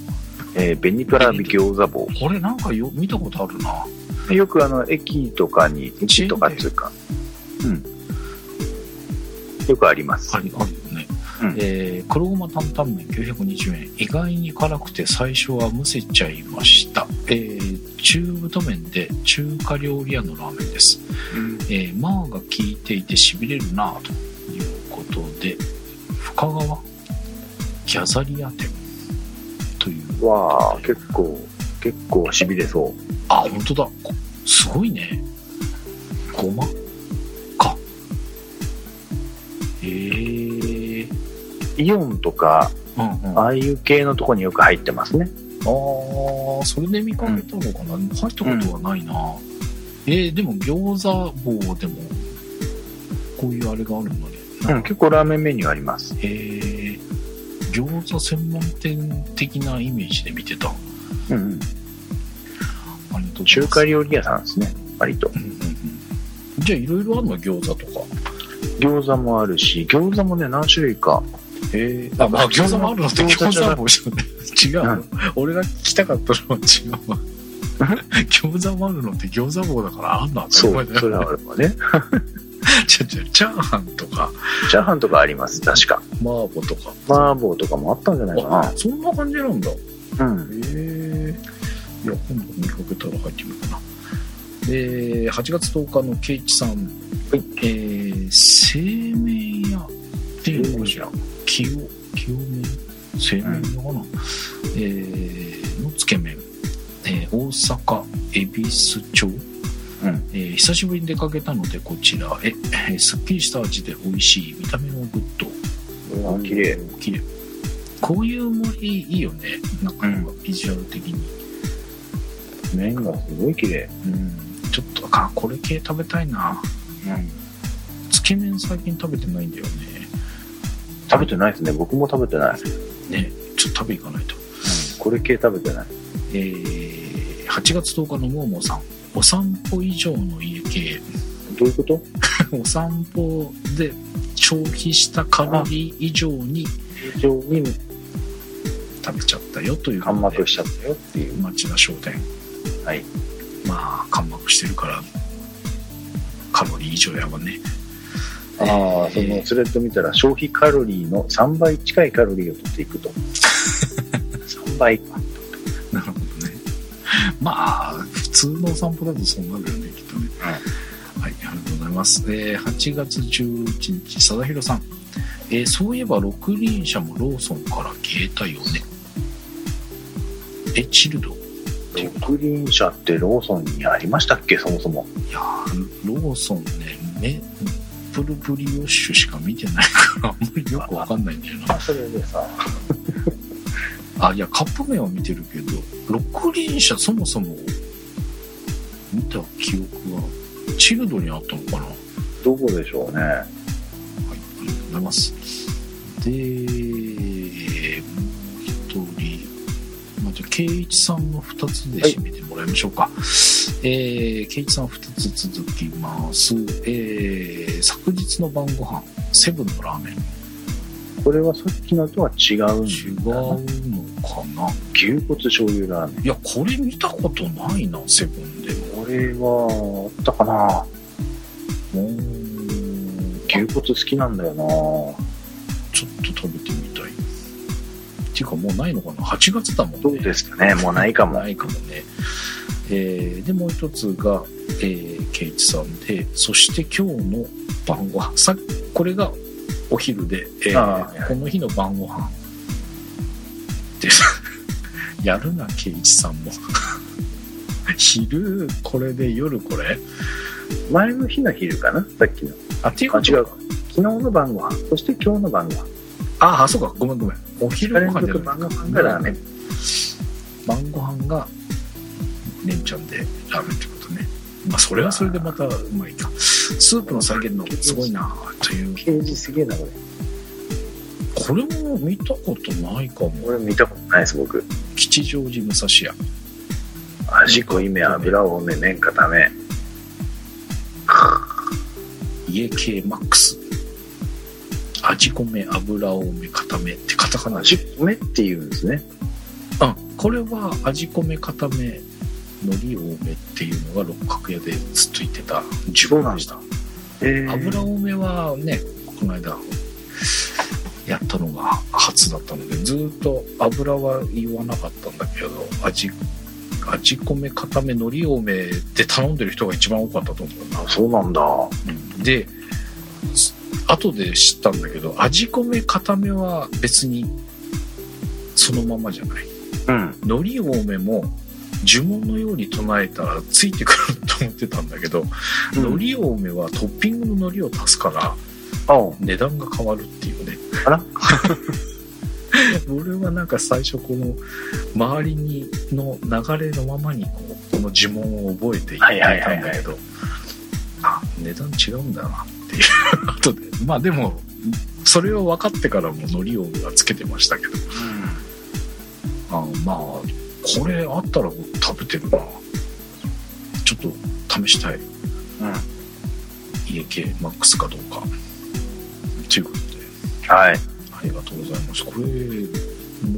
えー、紅とらび餃子棒。
これ、なんかよ見たことあるな。
よくあの、駅とかに、駅とかっていうか、うん。よくあります。
ありあるよね、
うん
えー黒ごま担々麺920円意外に辛くて最初はむせちゃいました、えー中太麺で中華料理屋のラーメンです、
うん
えー、マーが効いていてしびれるなぁということで深川ギャザリア店という
わあ、結構、結構痺れそ
あ本当だこすごいねごまかえー、
う。イオンとか、
うんうん
ああいう系のとこによく入ってますね。
あーそれで見かけたのかな、入ったことはないな、えーでも餃子棒でもこういうあれがあるのね、
うん、結構ラーメンメニューあります。
えー餃子専門店的なイメージで見てたあ
うんうん。
りがとうございます
中華料理屋さんですね、割と。
うんうんうんじゃあいろいろあるの餃子とか
餃子もあるし、餃子もね、何種類か。
えあ、まあ、餃子もあるのって
餃子
餃
じゃな
子棒じゃない違う、俺が聞きたかったのは違うわ 餃子もあるのって餃子棒だからあんな当た
そ
り前
う、
だよ
それはあるわね。
じゃあじゃあチャーハンとか
チャーハンとかあります、確か。
麻婆とか
麻婆とかもあったんじゃない
あ
か
そんな感じなんだへ
な。うん。
えいや今度見かけたら入ってみようかなで8月10日のケイチさん、
はい
えー、製麺屋っていうのかしら清清麺製麺屋かな、えーのつけ麺、えー大阪恵比寿町
うん
えー久しぶりに出かけたのでこちらへ、えーすっきりした味で美味しい見た目もグッド
うわ綺麗。
綺麗こういう森いいよねなんか
うん
ビジュアル的に、
麺がすごい綺麗。
うんちょっとあこれ系食べたいな
うん。
つけ麺最近食べてないんだよ
食べてないですね。僕も食べてない。
ねねちょっと食べ行かないと
これ系食べてない。
えー8月10日のモーモーさんお散歩以上の家系
どういうこと
お散歩で消費したカロリー以上に
非常に
食べちゃったよということ
干
で
幕しちゃったよっていう。
町田商店
はい
まあ干幕してるからカロリー以上やわね
ああ、そのスレッド見たら消費カロリーの3倍近いカロリーを取ってい くと。3倍か。
なるほどねまあ普通のお散歩だとそうなるよねきっとねはい、ありがとうございます、えー8月11日貞弘さん、えーそういえば六輪車もローソンから消えたよねえチルド
六輪車ってローソンにありましたっけそもそも。
いやーローソンね目プルプリオッシュしか見てないからあんまりよくわかんないんだよな
あ、それでさ。
あ、いや、カップ麺は見てるけど、六輪車そもそも見た記憶は、チルドにあったのかなはい、
どこでしょうね。
ありがとうございます。で、もう一人、まあ、じゃあ、ケイイチさんの二つで締めてもらいましょうか。えー、ケイイチさん二つ続きます。えー、昨日の晩ご飯、セブンのラーメン。
これはさっきのとは違うん
違う
だな
のかな
牛骨醤油ラーメン。
いや、これ見たことないな、セブンでも。
これは、あったかな
うーん
牛骨好きなんだよな
ちょっと食べてみたい。っていうかもうないのかな ?8 月だもんね。
どうですかねもうないかも
な。いかもね。えーで、もう一つが、えー、ケイチさんで、そして今日の晩ご飯。さこれがお昼で、えー
あー
この日の晩ご飯です。 やるな、ケイチさんも。 昼これで夜これ
前の日の昼かなさっきの。
あ、っていう
あ、
か
違うか。昨日の晩ご飯、そして今日の晩ご飯。
ああ、そうか、ごめんごめん。お昼
連
ご飯じゃ
続
な
晩
い
ご飯がラーメン。
晩ご飯がねんちゃんでラーメンってことねまあそれはそれでまたうまいかスープの下げるのすごいなという
ケージすげえな、これ。
これも見たことないかも
俺見たことないです、僕。
吉祥寺武蔵屋
味濃いめ、油多め、麺固め。
家系マックス味米油多め固めってカタカナで
味濃めって言うんですね。
あこれは味米固め海苔多めっていうのが六角屋でずっと言ってた呪文でした
えー
油多めはねこの間やったのが初だったのでずーっと油は言わなかったんだけど味味米固め海苔多めで頼んでる人が一番多かったと思うな
そうなんだ。
でつ後で知ったんだけど味米固めは別にそのままじゃない
うん。
海苔多めも呪文のように唱えたらついてくると思ってたんだけど、海苔多めはトッピングの海苔を足すから
あお
値段が変わるっていうね
あら
俺はなんか最初この周りにの流れのままにこうこの呪文を覚えていっていたんだけど、あ値段違うんだなっていう後で まあでもそれを分かってからも海苔をはつけてましたけどあまあこれあったら食べてるなちょっと試したい
うん。
家系マックスかどうかということで
はい。
ありがとうございます。これ、も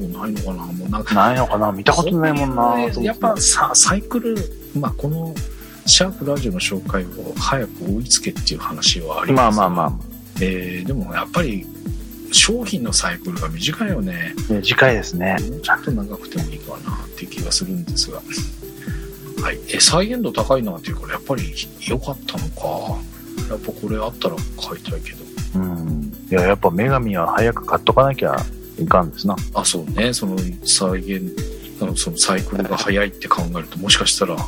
うないのかなもうなんか。
ないのかな見たことないもんな
これやっぱさ、サイクル、まあこの、シャープラジオの紹介を早く追いつけっていう話はあり
まあ
ます。
まあま
えーでもやっぱり、商品のサイクルが短いよね。
あ。短いですね。
もうちょっと長くてもいいかなっていう気がするんですが。はい。え、再現度高いなっていうから、やっぱり良かったのか。やっぱこれあったら買いたいけど。
うん。いや、やっぱ女神は早く買っとかなきゃいかんですな。
あそうねその再現あのそのサイクルが早いって考えるともしかしたら
う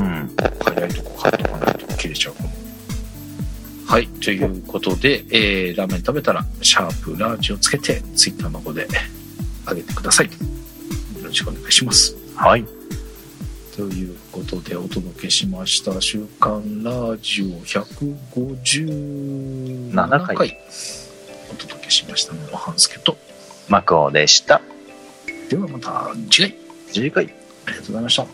ん。
早いとこ買っとかないと切れちゃうかもはいということで、えーラーメン食べたらシャープラージをつけてツイッターの方で上げてくださいよろしくお願いします
はい。
ということでお届けしました「週刊ラジオ157回」
回
お届けしましたのは半助と
マクオでした。
ではまた次回
次回。
ありがとうございました